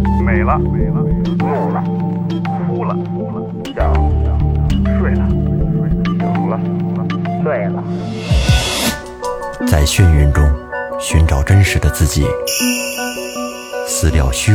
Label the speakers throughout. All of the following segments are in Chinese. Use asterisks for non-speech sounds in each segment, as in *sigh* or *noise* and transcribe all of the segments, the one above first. Speaker 1: 了，怒了，哭了，笑了，睡了，醒了，醉了。
Speaker 2: 在眩晕中寻找真实的自己，撕掉虚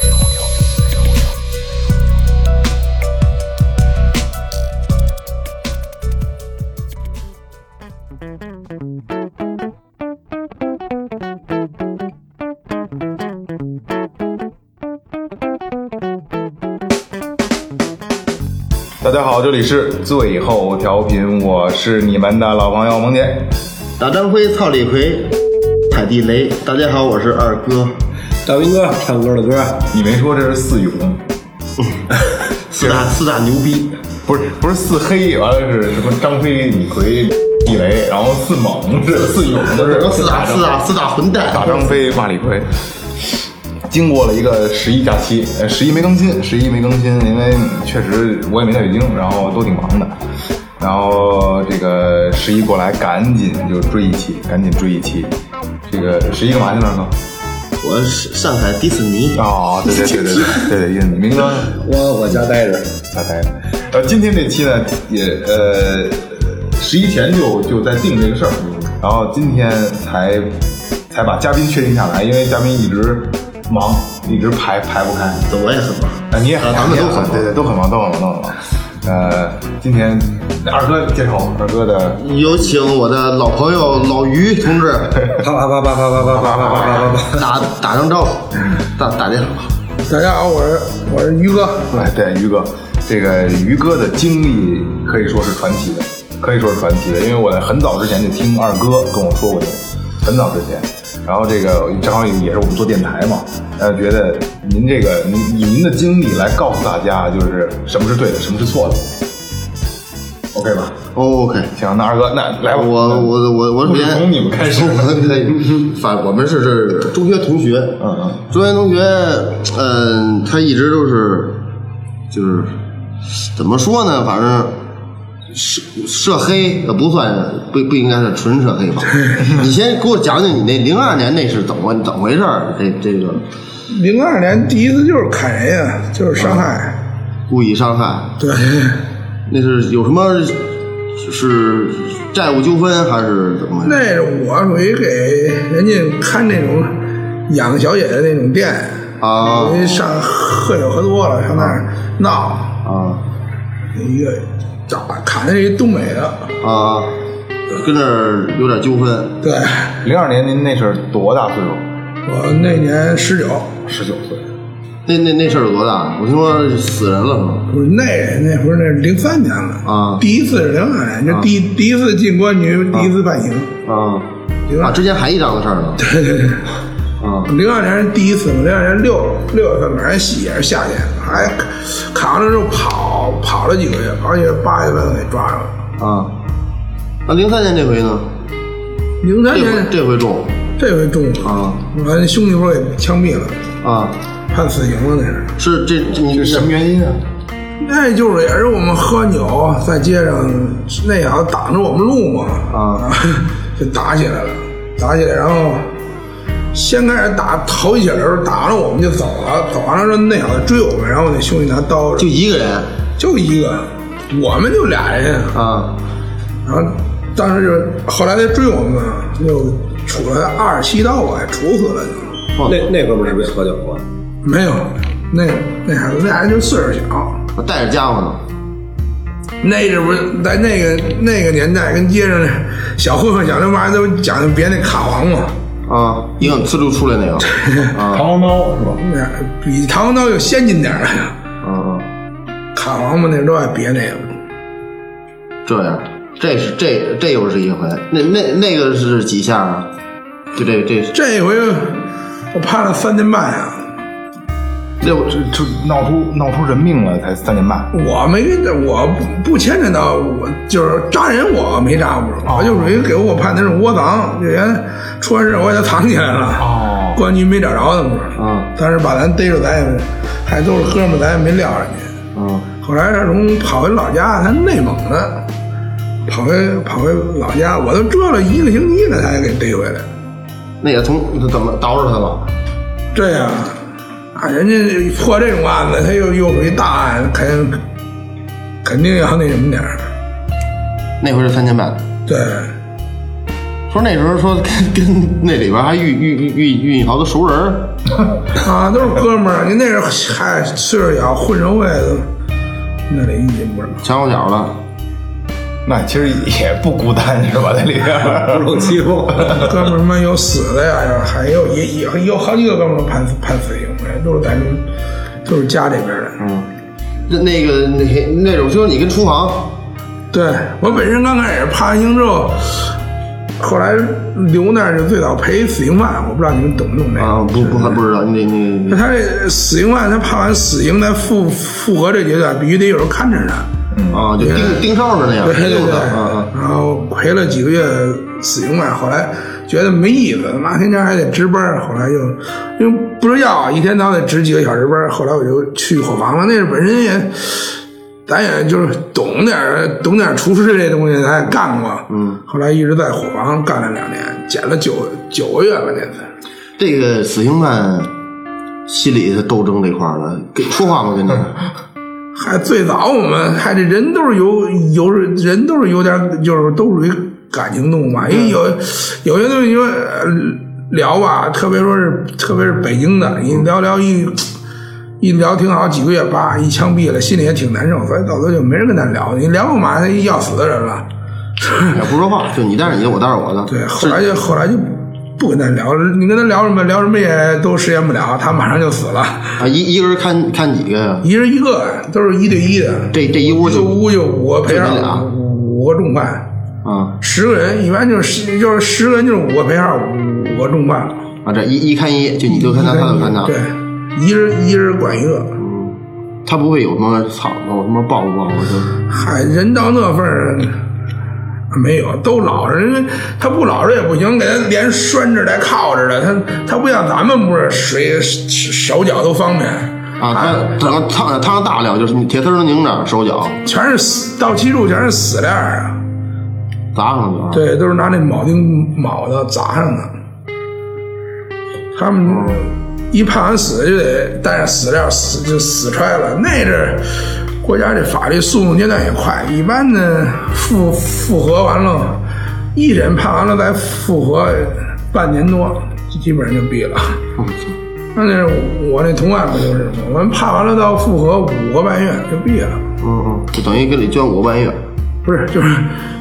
Speaker 3: 大家好，这里是最后调频，我是你们的老朋友萌姐。
Speaker 4: 打张飞，操李逵，踩地雷。大家好，我是二哥。
Speaker 5: 大明哥唱歌的歌，
Speaker 3: 你没说这是四勇，
Speaker 4: 四大四大牛逼，
Speaker 3: 不是不是四黑，完了是什么张飞、李逵、地雷，然后四猛是四勇，都是
Speaker 4: 四大四啊大四大混蛋。
Speaker 3: 打张飞骂李逵。经过了一个十一假期，呃，十一没更新，十一没更新，因为确实我也没在北京，然后都挺忙的。然后这个十一过来，赶紧就追一期，赶紧追一期。这个十一干嘛去了
Speaker 4: 我是上海迪士尼
Speaker 3: 哥？，哦，对对对对对对对，明明哥
Speaker 5: 我我家待着。
Speaker 3: 发呆了。呃，今天这期呢，也呃十一前就就在定这个事儿，然后今天才才把嘉宾确定下来，因为嘉宾一直忙，一直排排不开。
Speaker 4: 我也很忙。
Speaker 3: 啊，你也很，
Speaker 4: 咱们都很忙
Speaker 3: 对对，都很忙，都很忙，都很忙。呃，今天二哥介绍我二哥的，
Speaker 4: 有请我的老朋友老于同志
Speaker 3: *laughs*
Speaker 5: 啪啪啪啪啪啪啪啪啪啪啪啪！
Speaker 4: 打打声招呼，打打电话。
Speaker 5: 大家好，我是我是于哥。
Speaker 3: 哎，对，于哥，这个于哥的经历可以说是传奇的，可以说是传奇的，因为我很早之前就听二哥跟我说过这个，很早之前。然后这个正好也是我们做电台嘛，呃，觉得您这个您以您的经历来告诉大家，就是什么是对的，什么是错的，OK 吧？
Speaker 4: 哦 OK，
Speaker 3: 行，那二哥，那来吧，
Speaker 4: 我我我我
Speaker 3: 不
Speaker 4: 首先
Speaker 3: 从你们开
Speaker 4: *laughs*
Speaker 3: 始
Speaker 4: 反我们是是中学同学，
Speaker 3: 嗯嗯，
Speaker 4: 中学同学，嗯，他一直都是就是怎么说呢，反正。涉涉黑呃不算，不不应该是纯涉黑吧？你先给我讲讲你那零二年那是怎么怎么回事儿？这这个
Speaker 5: 零二年第一次就是砍人呀，就是伤害。
Speaker 4: 故意伤害，
Speaker 5: 对，
Speaker 4: 那是有什么是债务纠纷还是怎么回事？
Speaker 5: 那是我属于给人家看那种养小姐的那种店
Speaker 4: 啊
Speaker 5: 因为上喝酒喝多了，上那儿闹，
Speaker 4: 啊
Speaker 5: 一个咋砍的是一东北的，
Speaker 4: 啊，跟这儿有点纠纷，
Speaker 5: 对
Speaker 3: 零二年您那是多大岁数？
Speaker 5: 我那年十九，
Speaker 3: 十九岁。
Speaker 4: 那那那事儿有多大？我听说死人了是吗？
Speaker 5: 不是那那不是那零三年了
Speaker 4: 啊
Speaker 5: 第一次是零二年，这第第一次进公安局，第一次判刑，
Speaker 4: 啊
Speaker 5: 零
Speaker 4: 啊！
Speaker 5: 二
Speaker 4: 之前还一档子事儿呢。
Speaker 5: 对对对，
Speaker 4: 啊
Speaker 5: 零二年是第一次嘛，零二年六六月份本来洗也是夏天，哎还砍完了之后跑跑了几个月，跑几个月八月份给抓着了，
Speaker 4: 啊！那零三年这回呢？
Speaker 5: 零三
Speaker 4: 这
Speaker 5: 年
Speaker 4: 回这回中
Speaker 5: 这回中了，
Speaker 4: 啊
Speaker 5: 我兄弟伙给枪毙了，
Speaker 4: 啊！
Speaker 5: 判死刑了那
Speaker 4: 是
Speaker 5: 是。
Speaker 4: 这这你
Speaker 3: 这什么原因啊？
Speaker 5: 那就是也是我们喝完酒啊在街上，那小子挡着我们路嘛，
Speaker 4: 啊，
Speaker 5: *laughs* 就打起来了，打起来，然后先开始打头一起来的时候打着我们就走了，走完了之后那小子追我们，然后那兄弟拿刀
Speaker 4: 就一个人
Speaker 5: 就一个，我们就俩人，
Speaker 4: 啊
Speaker 5: 然后当时就是后来他追我们嘛，又杵了二十七刀吧，处死了就，
Speaker 6: 那那哥们儿是不是也喝酒了？
Speaker 5: 没有，那那孩子那孩子就岁数小。
Speaker 4: 我带着家伙呢。
Speaker 5: 那是不是在那个那个年代跟街上那小混混讲这玩意儿都讲究别那卡簧嘛，
Speaker 4: 啊，一个呲溜出来那
Speaker 3: *laughs*
Speaker 4: 个，啊
Speaker 3: 唐王刀是吧？
Speaker 5: 那比螳螂刀又先进点儿了。
Speaker 4: 啊，
Speaker 5: 卡簧嘛，那时候都爱别那个，
Speaker 4: 这样，这是这这又是一回，那那那个是几下啊？就这这
Speaker 5: 这回我判了三年半啊，
Speaker 3: 六这这闹出闹出人命了，才三年半。
Speaker 5: 我没我不不牵扯到我就是扎人，我没扎过，我就属于给我判的是窝藏，这人出完事我给他藏起来了，
Speaker 3: 哦
Speaker 5: 公安局没找着他们，嗯，但是把咱逮住咱也没还都是哥们儿，咱也没撂人
Speaker 4: 啊
Speaker 5: 家，
Speaker 3: 嗯，
Speaker 5: 后来他从跑回老家，他内蒙的，跑回跑回老家，我都折了一个星期了，他才给逮回来，
Speaker 4: 那也从怎么捯饬他了？
Speaker 5: 这样。啊，人家破这种案子，他又又属于大案，肯肯定要那什么点儿。
Speaker 4: 那回是三千半，
Speaker 5: 对，
Speaker 4: 说那时候说跟跟那里边还遇遇遇遇遇好多熟人儿，
Speaker 5: 啊，都是哥们儿，您那是嗨岁数小，混社会的，那得一斤不少。
Speaker 4: 前后脚的，
Speaker 3: 那其实也不孤单 *laughs* 是吧？在里边不受欺负。
Speaker 5: 哥们儿们有死的呀，还有也也有好几个哥们儿判死判死刑的，都是咱们都是家里边的。
Speaker 4: 那那个那那种就是你跟厨房
Speaker 5: 对我本身刚开始判完刑之后，后来留那儿就最早赔死刑犯，我不知道你们懂不懂这个
Speaker 4: 啊，不不不知道你你你
Speaker 5: *laughs* 那他这死刑犯，他判完死刑，他复复核这阶段必须得有人看着他。
Speaker 4: 啊，就盯盯梢似的那样，
Speaker 5: 对对
Speaker 4: 盯
Speaker 5: 对
Speaker 4: 着，他啊啊，
Speaker 5: 然后赔了几个月死刑吧，后来觉得没意思，妈天天还得值班，后来就因为不知道一天到晚得值几个小时班，后来我就去伙房了。那是本身也，咱也就是懂点儿懂点儿厨师这东西，咱也干过。嗯，后来一直在伙房干了两年，减了九九个月吧，那次。
Speaker 4: 这个死刑犯心理的斗争这块儿呢，跟说话吗？跟
Speaker 5: *laughs*
Speaker 4: 你
Speaker 5: 还最早我们还这人都是有有人都是有点就是都属于感情动物嘛，因为有有些东西你说呃聊吧，特别说是特别是北京的，你聊聊一一聊挺好，几个月叭一枪毙了，心里也挺难受，所以到最后就没人跟咱聊，你聊干嘛？他要死的人了。
Speaker 4: 也不说话，就你带着你的，我带着我的，
Speaker 5: 对，后来就后来就不跟咱聊，了，你跟他聊什么聊什么也都实现不了，他马上就死了，
Speaker 4: 啊，一一个人看看几个呀？
Speaker 5: 一人一个，都是一对一的。
Speaker 4: 这这一屋
Speaker 5: 一个
Speaker 4: 就
Speaker 5: 屋就五个陪
Speaker 4: 就你俩
Speaker 5: 上五个重犯，
Speaker 4: 啊
Speaker 5: 十个人一般就是十就是十个人就是五个陪上五个重犯，
Speaker 4: 啊，这一一看一，就你就看他，他就看他，
Speaker 5: 对，一人一人管一个。
Speaker 4: 他不会有什么啊操，我他妈抱不抱我就
Speaker 5: 嗨，人到那份儿没有，都老实，人家他不老实也不行，给他连拴着带铐着的，他他不像咱们不是谁手脚都方便，
Speaker 4: 啊，
Speaker 5: 哎
Speaker 4: 他他他他让大了就是铁丝能拧着手脚
Speaker 5: 全是死到七处全是死链儿啊，
Speaker 4: 砸上去啊，
Speaker 5: 对，都是拿那铆钉铆的砸上的。他们一判完死就得带上死料，死就死揣了。那阵儿国家这法律诉讼阶段也快，一般呢复复核完了，一审判完了再复核半年多，基本上就毙了。
Speaker 4: 嗯
Speaker 5: 那那是我那同案不就是吗？我们判完了到复核五个半月就毙了。
Speaker 4: 嗯嗯，就等于跟你捐五个半月，
Speaker 5: 不是，就是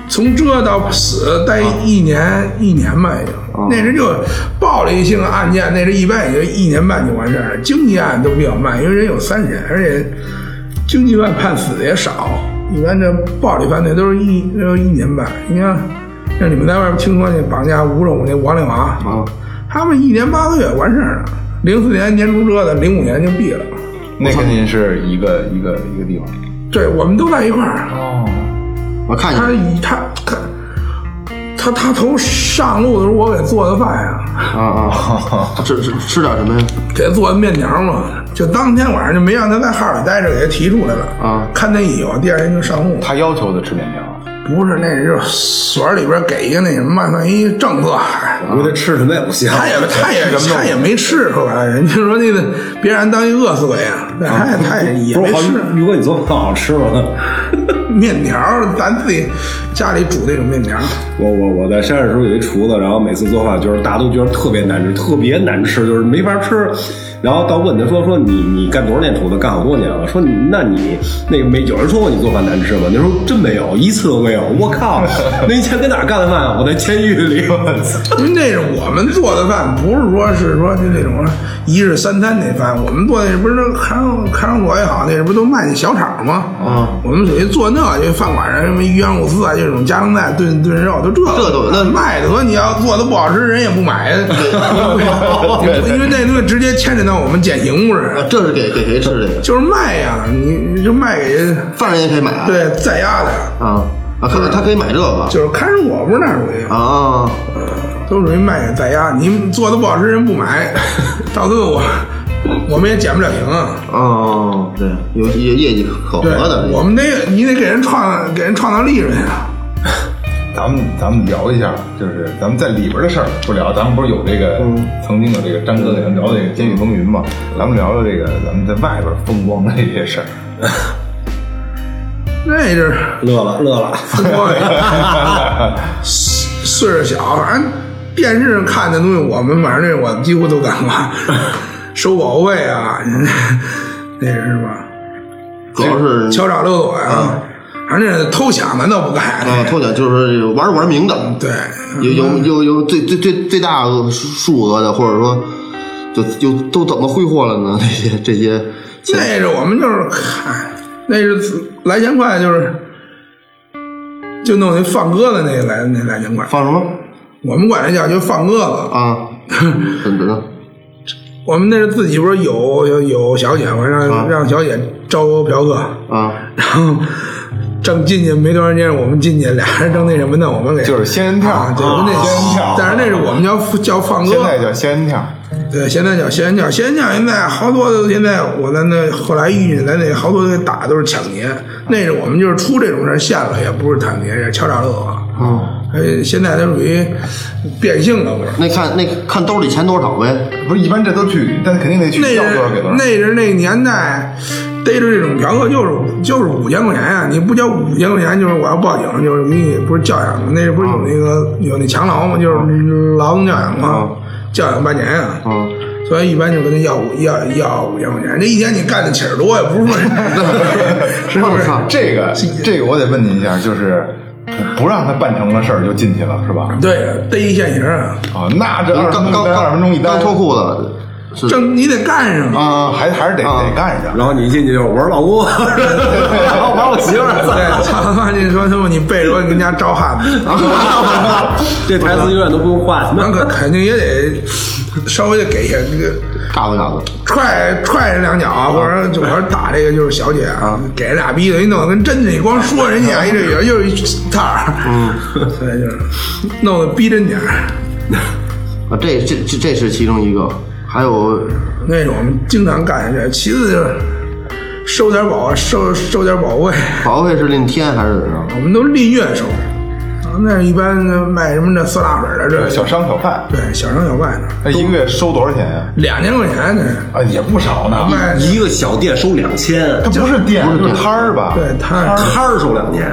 Speaker 5: 从这到死待一年、一年吧，也就、那人就暴力性案件，那是一般也就一年半就完事儿了。经济案都比较慢，因为人有三审，而且经济犯判死的也少，一般这暴力犯罪都是一都是一年半。你看，像你们在外面听说那绑架吴总那王丽华啊，他们一年八个月完事儿了。零四年年初折的，零五年就毙了。
Speaker 3: *laughs* 那跟您是一个一个一个地方。
Speaker 5: 对，我们都在一块儿。
Speaker 4: 我看
Speaker 5: 他
Speaker 4: 你
Speaker 5: 以他他他他从上路的时候，我给做的饭呀，
Speaker 4: 啊啊，
Speaker 3: *laughs*
Speaker 4: 吃吃吃点什么呀？
Speaker 5: 给做的面条嘛，就当天晚上就没让他在哈尔滨待着，给他提出来了
Speaker 4: 啊
Speaker 5: 看他一宿，第二天就上路。
Speaker 3: 他要求的吃面条，啊
Speaker 5: 不是那就是所里边给一个那什么那一政策，
Speaker 6: 我觉得吃什么也不香。
Speaker 5: 他也他也他也没吃，后来人家说那个别让人当一饿死鬼啊，但他也他也也
Speaker 6: 不
Speaker 5: 没
Speaker 6: 是好
Speaker 5: 吃， *laughs* 啊
Speaker 6: 如果你做饭好吃吗？
Speaker 5: 面条咱自己家里煮那种面条。
Speaker 6: 我我我在山上的时候有一厨子，然后每次做饭就是大家都觉得特别难吃，特别难吃，就是没法吃。然后到问他说说你你干多少年厨子？干好多年了。说你那你那个没有人说过你做饭难吃吗？你说真没有，一次都没有。我
Speaker 5: *laughs*
Speaker 6: 靠，那以前搁哪儿干的饭啊？我在监狱里。我操！
Speaker 5: 因为那是我们做的饭，不是说是说就那种一日三餐那饭。我们做那不是那看守看守所也好，那不都卖那小炒吗？啊，我们属于做那，就饭馆上什么鱼香肉丝啊，这种家常菜炖炖肉，就这
Speaker 4: 这都有那
Speaker 5: *laughs* 卖的。说你要做的不好吃，人也不买，因为那东西直接牵扯到当我们捡荧幕似的，
Speaker 4: 这是给给谁吃这个？
Speaker 5: 就是卖呀，你你就卖给人，
Speaker 4: 犯人也可以买啊？
Speaker 5: 对在押的，
Speaker 4: 啊啊，可他可以买这个
Speaker 5: 就是看守我不是那属于，
Speaker 4: 啊？
Speaker 5: 都属于卖给在押。你做的不好吃，人不买， *laughs* 到最后我我们也减不了营啊。
Speaker 4: 哦，对，有业业绩可
Speaker 5: 对
Speaker 4: 活的，，
Speaker 5: 我们得你得给人创给人创造利润啊。
Speaker 3: 咱们咱们聊一下，就是咱们在里边的事儿不聊，咱们不是有这个、
Speaker 4: 嗯
Speaker 3: 曾经有这个张哥给咱聊这个监狱风云嘛？咱们聊聊这个咱们在外边风光的这些事儿。
Speaker 5: 那阵儿
Speaker 6: 乐了乐了，
Speaker 5: 岁数小，反正电视上看的东西，我们反正那我几乎都干过， *laughs* 收保护费啊， *laughs* 那是吧？
Speaker 4: 主要是
Speaker 5: 敲诈勒索呀，反正偷抢咱倒不干。
Speaker 4: 啊，偷点就是玩儿玩儿明的，
Speaker 5: 对，
Speaker 4: 有有
Speaker 3: 嗯
Speaker 4: 有有最最最最大数数额的，或者说就就都怎么挥霍了呢？这 *laughs* 些这些
Speaker 5: 那
Speaker 4: 钱
Speaker 5: 是我们就是看，那是来钱快，就是就弄那放鸽子那来那来钱快，
Speaker 4: 放什么
Speaker 5: 我们管那叫就放鸽子。
Speaker 4: 啊？
Speaker 3: *laughs*
Speaker 4: 怎么着？
Speaker 5: 我们那是自己不是有有有小姐嘛，
Speaker 4: 啊
Speaker 5: 让让小姐招嫖客，
Speaker 4: 啊
Speaker 5: 然后正进去没多长时间，我们进去俩人正那什么呢，我们给
Speaker 3: 就是仙人跳
Speaker 5: 啊对，那
Speaker 3: 仙人跳
Speaker 5: 但是那是我们叫叫放鸽
Speaker 3: 现
Speaker 5: 子，
Speaker 3: 在叫仙人跳，
Speaker 5: 对，现在叫仙人跳，仙人跳现在好多都现在我在那后来遇见咱那好多那打都是抢劫，那是我们就是出这种事儿陷了，也不是抢劫，也敲诈勒索。
Speaker 3: 嗯
Speaker 4: 啊！
Speaker 5: 呃，现在它属于变性了，不是？
Speaker 4: 那看那看兜里钱多少呗。
Speaker 3: 不是一般这都去，但肯定得去
Speaker 5: 那
Speaker 3: 要多少给多
Speaker 5: 人
Speaker 3: 少。
Speaker 5: 那人那个年代逮着这种嫖客就是就是五千块钱啊！你不交五千块钱，就是我要报警，就是给你不是教养吗？那不是有那个有那强劳吗？就是劳动教养吗？教养半年啊。
Speaker 4: 啊，
Speaker 5: 所以一般就跟他要五要要五千块钱，这一天你干的起儿多呀，不是说
Speaker 3: *laughs*
Speaker 5: 是不
Speaker 4: 我
Speaker 5: 是？
Speaker 4: 操！
Speaker 3: 这个这个我得问您一下，就是不让他办成了事儿就进去了是吧？
Speaker 5: 对，逮一现行啊，
Speaker 3: 啊，那这
Speaker 4: 你
Speaker 3: 二十
Speaker 4: 刚
Speaker 3: 分
Speaker 4: 刚
Speaker 3: 钟一单，二十分钟一
Speaker 4: 刚
Speaker 3: 单
Speaker 4: 刚脱裤子是
Speaker 5: 正你得干上
Speaker 3: *laughs*
Speaker 5: 啊。
Speaker 3: 啊，还还是得得干一下。
Speaker 6: 然后你一进去就是我是老公， *laughs* 然后把我媳
Speaker 5: *laughs*
Speaker 6: 妇儿
Speaker 5: 对，操他妈！你说他妈你背着我你跟家招汉子，
Speaker 6: 这台词永远都不用换。
Speaker 5: 那可肯定也得稍微的给一下这个
Speaker 4: 嘎子嘎子
Speaker 5: 踹踹人两脚啊，或者就我说打这个就是小姐啊，给人俩逼的，你弄得跟真的，你光说人家一这也又一套儿，嗯，所以就是弄得逼真点儿。
Speaker 4: 啊！这这这这是其中一个，还有
Speaker 5: 那种我们经常干这，其次就是收点保收收点保卫，
Speaker 4: 保卫是另添还是怎么着？
Speaker 5: 我们都吝月收。啊那一般的卖什么这酸辣粉的这
Speaker 3: 小商小贩，
Speaker 5: 对小商小贩的，
Speaker 3: 那一个月收多少钱呀？
Speaker 5: 两千块钱呢，
Speaker 3: 啊，也不少呢。
Speaker 5: 卖
Speaker 6: 一个小店收两千，
Speaker 3: 它不是店，就是摊儿吧？
Speaker 5: 对他
Speaker 6: 摊儿收两千。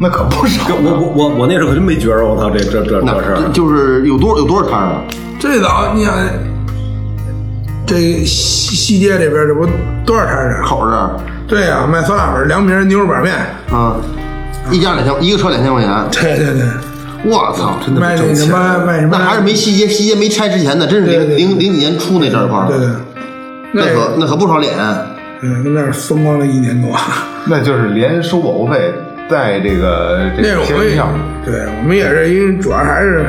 Speaker 3: 那可不少
Speaker 6: 我。我我我那时候可真没觉着，我操，这这这这事
Speaker 4: 那
Speaker 6: 儿。
Speaker 4: 就是有多有多少摊儿啊？
Speaker 5: 最早你想这西西街这边这不多少摊儿啊？
Speaker 4: 口儿这儿
Speaker 5: 对呀、卖酸辣粉、凉皮、牛肉板面，
Speaker 4: 啊，一家两千，一个车两千块钱。
Speaker 5: 对对对，
Speaker 4: 我操！真
Speaker 5: 卖那什么卖什么，
Speaker 4: 那还是没西街，西街没拆之前呢，真是
Speaker 5: 对
Speaker 4: 零
Speaker 5: 对
Speaker 4: 零零几年初那阵儿块
Speaker 5: 对对
Speaker 4: 儿，，那
Speaker 5: 那
Speaker 4: 可
Speaker 5: 个
Speaker 4: 那可不少脸。
Speaker 5: 嗯，那儿风光了一年多。
Speaker 3: 那就是连收保护费，带这个这
Speaker 5: 那
Speaker 3: 个
Speaker 5: 种
Speaker 3: 签
Speaker 5: 我也
Speaker 3: 票，
Speaker 5: 对我们也是，因为主要还是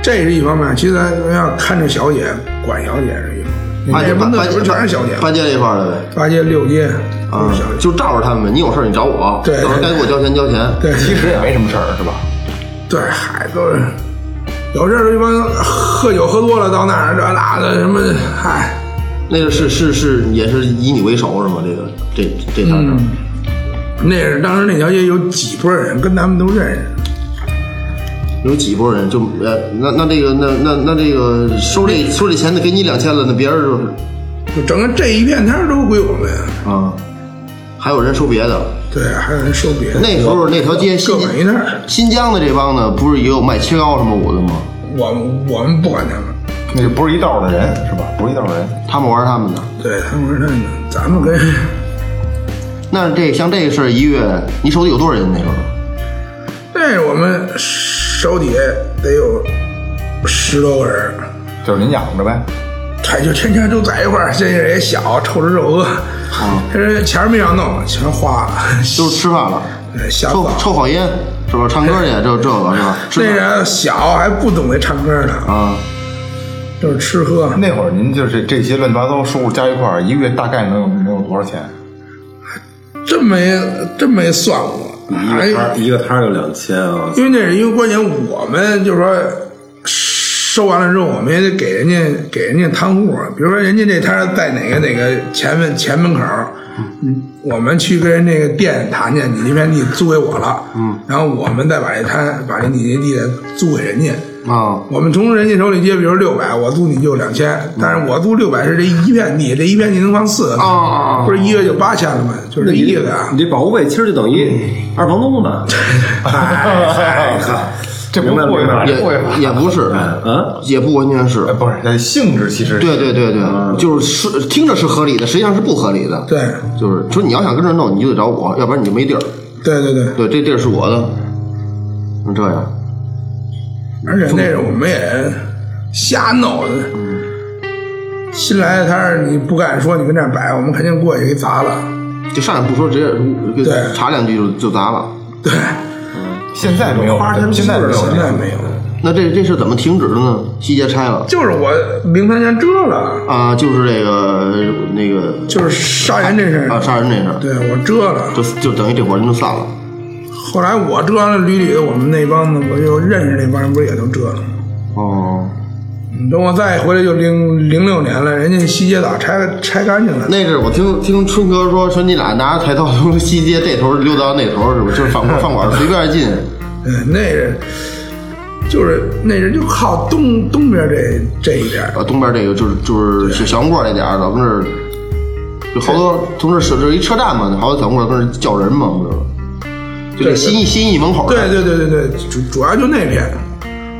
Speaker 5: 这是一方面，其实咱要看着小姐，管小姐是一方面。你
Speaker 4: 八
Speaker 5: 这
Speaker 4: 街
Speaker 5: 不
Speaker 4: 八
Speaker 5: 弄
Speaker 4: 八
Speaker 5: 不
Speaker 4: 街
Speaker 5: 是全是小姐吗，
Speaker 4: 八街这块儿的呗。
Speaker 5: 八街六街
Speaker 4: 啊
Speaker 5: 都是小，姐。
Speaker 4: 就照着他们呗，你有事儿你找我，
Speaker 5: 对
Speaker 4: 到时候该给我交钱交钱。
Speaker 5: 对
Speaker 3: 其实也没什么事儿，是吧？
Speaker 5: 对，嗨，都是呃有事儿这帮喝酒喝多了到那儿这那的什么，嗨，
Speaker 4: 那个是是是也是以你为首是吗？这个这这摊儿
Speaker 5: 嗯那是当时那条街有几拨人跟咱们都认识。
Speaker 4: 有几拨人就呃那那这个那那那这个收这收这钱的给你两千了，那别人就是
Speaker 5: 就整个这一片摊儿都归我们，
Speaker 4: 啊，还有人收别的。
Speaker 5: 对，还有人收别的，
Speaker 4: 那时候那条街
Speaker 5: 各
Speaker 4: 新
Speaker 5: 管一摊儿。
Speaker 4: 新疆的这帮呢，不是也有卖切糕什么舞的吗？
Speaker 5: 我们我们不管他们，
Speaker 3: 那就不是一道的人，是吧？不是一道的人。
Speaker 4: 他们玩他们的。
Speaker 5: 对他们说那咱们跟。
Speaker 4: 那这像这个事儿，一月你手里有多少人那时候？
Speaker 5: 那我们手底下得有十多个人，
Speaker 3: 就是您养着呗，
Speaker 5: 他就天天都在一块儿，这人也小，臭吃臭喝，这人钱没少弄，全花了，
Speaker 4: 啊就是吃饭了，
Speaker 5: 哎 *laughs* 瞎
Speaker 4: 抽
Speaker 5: 搞。
Speaker 4: 抽好烟是吧？唱歌去，这这个是吧？
Speaker 5: 那
Speaker 4: 吃饭
Speaker 5: 人小还不懂得唱歌呢，
Speaker 4: 啊，
Speaker 5: 就是吃喝，
Speaker 3: 那会儿您就是这些乱七八糟收入加一块儿，一个月大概能有能有多少钱？
Speaker 5: 真没真没算过，哎还
Speaker 4: 嗯
Speaker 6: 一个摊儿一个摊儿就两千啊，
Speaker 5: 因为那是因为关键我们就是说收完了之后，我们也得给人家给人家摊户，比如说人家这摊儿在哪个哪个前门前门口儿，嗯，我们去跟人那个店谈去，你这片地租给我了，嗯，然后我们再把这摊把这你这地租给人家。
Speaker 4: 啊，
Speaker 5: 我们从人家手里接，比如六百，我租你就两千，但是我租六百是这一片地，这一片地能放四个摊
Speaker 4: 哦哦哦
Speaker 5: 不是一个就八千了吗？就是这意思啊。
Speaker 6: 你这保护费其实就等于二房东嘛。嗨嗨
Speaker 3: *laughs* 这不
Speaker 6: 明白了
Speaker 3: 贵吧？
Speaker 6: 明
Speaker 3: 这
Speaker 4: 也
Speaker 3: 贵吧？
Speaker 4: 也不是，
Speaker 6: *laughs* 啊，
Speaker 4: 也不完全是
Speaker 3: 呃，，不是，这性质其实
Speaker 4: 对对对对，就是是听着是合理的，实际上是不合理的。
Speaker 5: 对，
Speaker 4: 就是说你要想跟这儿弄，你就得找我，要不然你就没地儿。
Speaker 5: 对对对，
Speaker 4: 对，这地儿是我的，就这样。
Speaker 5: 而且那是我们也瞎闹的。新来的摊儿你不敢说你跟这儿摆，我们肯定过去给砸了。
Speaker 4: 就上来不说，直接
Speaker 5: 对
Speaker 4: 查两句就就砸了。
Speaker 5: 对，
Speaker 3: 现在没有
Speaker 6: 花
Speaker 3: 了，
Speaker 6: 天
Speaker 3: 现在没有
Speaker 5: 现在
Speaker 3: 了。
Speaker 5: 没有，
Speaker 4: 那这这事怎么停止的呢？细节拆了
Speaker 5: 就是我零三年遮了，
Speaker 4: 啊，就是这个那个
Speaker 5: 就是杀人这事
Speaker 4: 啊
Speaker 5: 儿，
Speaker 4: 杀人这事儿，
Speaker 5: 对我遮了。
Speaker 4: 就就等于这伙人就散了。
Speaker 5: 后来我遮完了屡屡的，我们那帮子我就认识那帮人，不是也都遮了吗？
Speaker 4: 哦，
Speaker 5: 嗯等我再回来就零零六年了，人家西街早拆拆干净了。
Speaker 4: 那是我听听春哥说，说你俩拿着菜刀从西街这头溜达到那头，是吧？就是饭馆饭馆随便进。
Speaker 5: 嗯，那人就是那人就靠东东边这这一边儿，
Speaker 4: 啊，东边这个就是就是小小木棍那点儿，老跟这儿，就好多从这儿是这一车站嘛，好多小木棍跟这儿叫人嘛，不是？就这
Speaker 5: 对
Speaker 4: 新义新义门口儿
Speaker 5: 对对对对对，主主要就那片，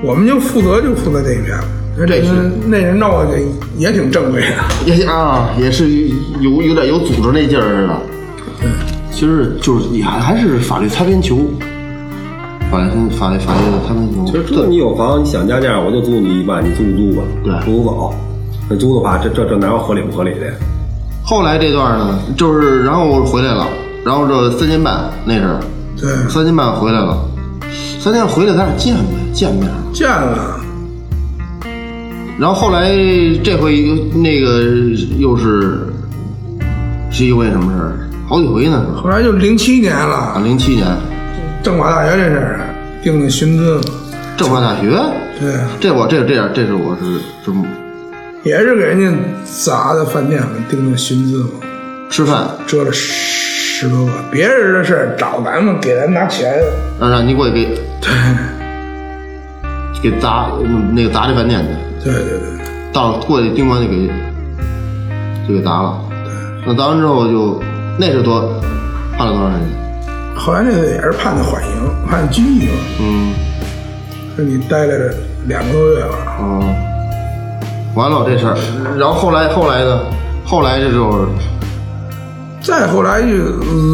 Speaker 5: 我们就负责就负责这一片。那这
Speaker 4: 是
Speaker 5: 那人闹的也挺正规的，
Speaker 4: 也啊也是有有点有组织那劲儿似的。其实就是也还还是法律擦边球，法律法律法律的擦边球。
Speaker 6: 其实知道你有房，你想加价，我就租你一万，你租不租吧？
Speaker 4: 对
Speaker 6: 租不走。那租的话，这这这哪有合理不合理的呀？
Speaker 4: 后来这段呢，就是然后我回来了，然后这三年半那阵儿，
Speaker 5: 对，
Speaker 4: 三年半回来了，三年半回来咱俩见没见面儿？
Speaker 5: 见了，
Speaker 4: 然后后来这回又那个又是是因为什么事儿？好几回呢，是吧？
Speaker 5: 后来就零七年
Speaker 4: 啊，
Speaker 5: 了，
Speaker 4: 零七年
Speaker 5: 政法大学这事儿定的薪资，
Speaker 4: 政法大学，
Speaker 5: 对，
Speaker 4: 这我这这样，这是我是这么
Speaker 5: 也是给人家砸的饭店嘛，定的薪资嘛。
Speaker 4: 吃饭，
Speaker 5: 折了十多个，别人的事儿找咱们给咱拿钱，
Speaker 4: 让让你给我给给砸那个砸这饭店去，
Speaker 5: 对对对，
Speaker 4: 到了过去盯完就给就给砸了，那砸完之后就那是多判了多少年？
Speaker 5: 后来那个也是判的缓刑，判拘役嘛，
Speaker 4: 嗯，
Speaker 5: 说你待了两个多月吧，
Speaker 4: 哦，完了这事儿，然后后来后来呢？后来这就是
Speaker 5: 再后来就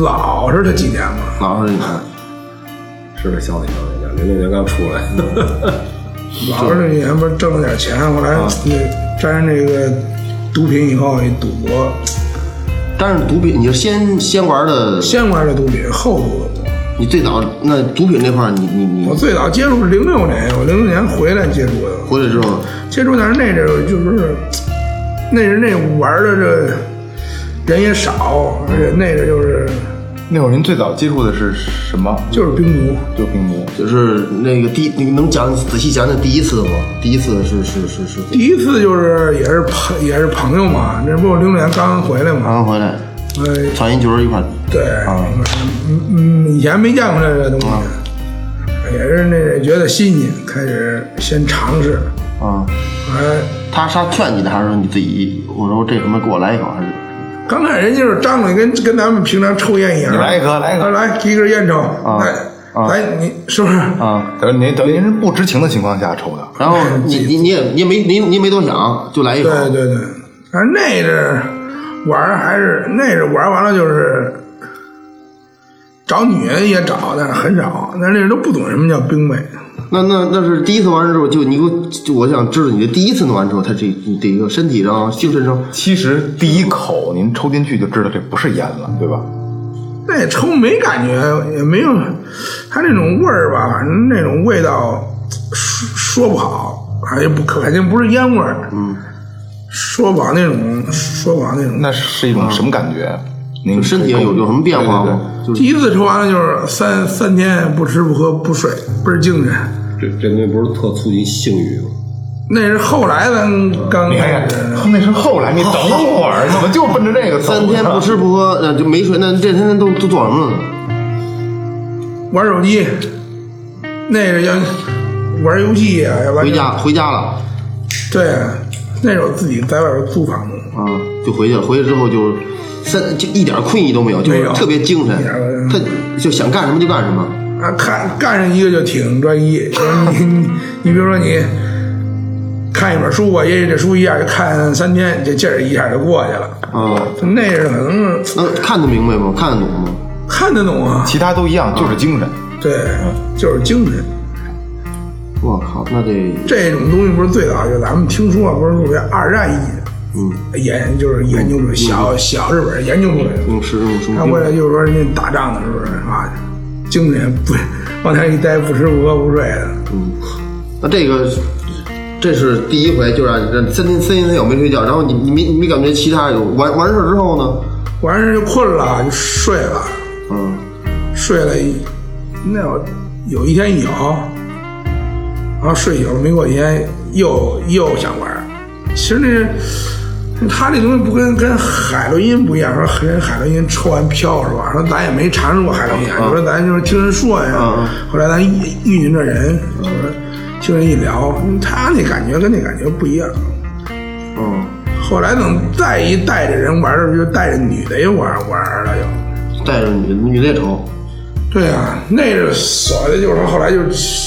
Speaker 5: 老实他几年嘛，
Speaker 4: 老实一点。
Speaker 6: 是个消费消费点，零六年刚出来，
Speaker 3: 嗯
Speaker 5: 老实他几年不是挣了点钱，后来那沾上这个毒品以后，一赌博，
Speaker 4: 但是毒品，你是先先玩的，
Speaker 5: 先玩的毒品，后赌的博。
Speaker 4: 你最早那毒品那块儿，你你你
Speaker 5: 我最早接触是零六年，我零六年回来接触的，
Speaker 4: 回来之后，
Speaker 5: 接触但是那阵儿就是，那阵儿那玩儿的这人也少，而且那阵儿就是
Speaker 3: 那会儿您最早接触的是什么？
Speaker 5: 就是冰毒，
Speaker 3: 就病毒。
Speaker 4: 就是那个第，你能讲仔细讲讲第一次吗？第一次是是是是
Speaker 5: 第一次就是也是朋也是朋友嘛，那不是零六年刚回来嘛，
Speaker 4: 刚回来，
Speaker 5: 呃，
Speaker 4: 上一局一块儿
Speaker 5: 对，
Speaker 3: 啊
Speaker 5: 嗯嗯，以前没见过这个东西，也是那觉得新鲜，开始先尝试，
Speaker 4: 啊，
Speaker 5: 哎，
Speaker 4: 他是他劝你的还是说你自己？我说这什么给我来一口还是？
Speaker 5: 刚开始人就是张嘴跟跟咱们平常抽烟一样，
Speaker 3: 你来一颗来一啊颗
Speaker 5: 来一根烟抽，来来你是不是？
Speaker 3: 啊，等于您等于您是不知情的情况下抽的，
Speaker 5: *laughs*
Speaker 4: 然后你你你也你也没你你也没多想，就来一口，
Speaker 5: 对对对，反正那阵儿玩儿还是那阵儿玩儿完了就是找女人也找，但是很少，但是那阵儿都不懂什么叫冰妹。
Speaker 4: 那那那是第一次完之后，就你给我，就我想知道你的第一次弄完之后，他这你这个身体上、精神上，
Speaker 3: 其实第一口您抽进去就知道这不是烟了，对吧？
Speaker 5: 那也抽没感觉，也没有它那种味儿吧，反正那种味道说说不好。啊，也不肯定不是烟味儿。嗯，说不好那种，说不好那种。
Speaker 3: 那是一种什么感觉？您
Speaker 4: 嗯就身体有有什么变化吗？就是
Speaker 5: 第一次抽完了就是三三天不吃不喝不睡，倍儿精神。
Speaker 6: 这这东西不是特促进性欲吗？
Speaker 5: 那是后来咱刚
Speaker 3: 你看
Speaker 5: 开
Speaker 3: 看
Speaker 5: 始，，
Speaker 3: 哎那是后来，你等会儿，怎么就奔着这个走
Speaker 4: *laughs*
Speaker 3: 呢
Speaker 4: 三天不吃不喝，那就没睡，那这三天都都做什么了？
Speaker 5: 玩手机，那个要玩游戏呀、要不然
Speaker 4: 回
Speaker 5: 就
Speaker 4: 家回家了
Speaker 5: 对，啊那时候自己在外边租房子，
Speaker 4: 啊，就回去了。回去之后就三就一点困意都没有，就
Speaker 5: 没
Speaker 4: 是
Speaker 5: 有
Speaker 4: 特别精神
Speaker 5: 一点儿，
Speaker 4: 他就想干什么就干什么。
Speaker 5: 啊，看干上一个就挺专一。就是你 *laughs* 你你比如说你看一本书吧，也许这书一下就看三天，这劲儿一下就过去了。
Speaker 4: 啊，
Speaker 5: 那是可能
Speaker 4: 那啊看得明白吗？看得懂吗？
Speaker 5: 看得懂啊，
Speaker 3: 其他都一样，就是精神。
Speaker 5: 对，就是精神。
Speaker 4: 我靠，那得
Speaker 5: 这种东西不是最早就咱们听说，不是说二战一嗯研就是研究出来小小日本研究出来的，
Speaker 4: 用实用生
Speaker 5: 看回来就是说人家打仗的时候啊，精神不往那一待，不吃不喝不睡的，
Speaker 4: 那这个这是第一回，就让你这三天三天三宿没睡觉，然后你你没你没感觉其他有完完事儿之后呢？
Speaker 5: 完事儿就困了就睡了，
Speaker 4: 嗯，
Speaker 5: 睡了一那我有一天有，然后睡醒了没过几天又又想玩儿，其实那是他这东西不跟跟海洛因不一样，说跟海洛因抽完飘是吧？说咱也没尝试过海洛因，啊就说咱就是听人说呀。
Speaker 4: 嗯
Speaker 5: 后来咱遇遇见这人，就说听人一聊，他那感觉跟那感觉不一样。
Speaker 4: 嗯，
Speaker 5: 后来等再一带着人玩儿的时候，就带着女的也玩儿玩儿了又。
Speaker 4: 带着女女的也抽，
Speaker 5: 对啊，那是所谓的就是后来就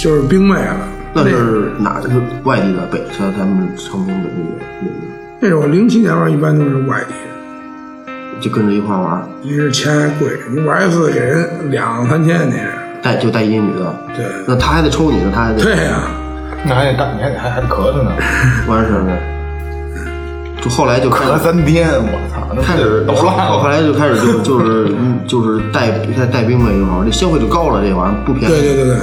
Speaker 5: 就是冰妹了。
Speaker 4: 那是哪的？是外地的北他咱们长平本地的那个，
Speaker 5: 那种零七年玩儿一般都是外地的，
Speaker 4: 就跟着一块玩儿，
Speaker 5: 那是钱还贵，你玩一次给人两三千那是。
Speaker 4: 带就带一女的，
Speaker 5: 对
Speaker 4: 那他还得抽你呢，他还得
Speaker 5: 对呀、
Speaker 3: 那还得干，你还得还还得咳嗽呢，
Speaker 4: 完事儿了，就后来就开
Speaker 3: 咳
Speaker 4: 始。
Speaker 3: 三天，我操，那
Speaker 4: 开
Speaker 3: 不
Speaker 4: 始
Speaker 3: 得抖烂
Speaker 4: 后
Speaker 3: 了。
Speaker 4: 来就开始
Speaker 5: *laughs*
Speaker 4: 就就是嗯就是带带带兵呗，这玩意儿，这消费就高了，这玩意儿不便
Speaker 5: 对
Speaker 4: 宜，
Speaker 5: 对对对，嗯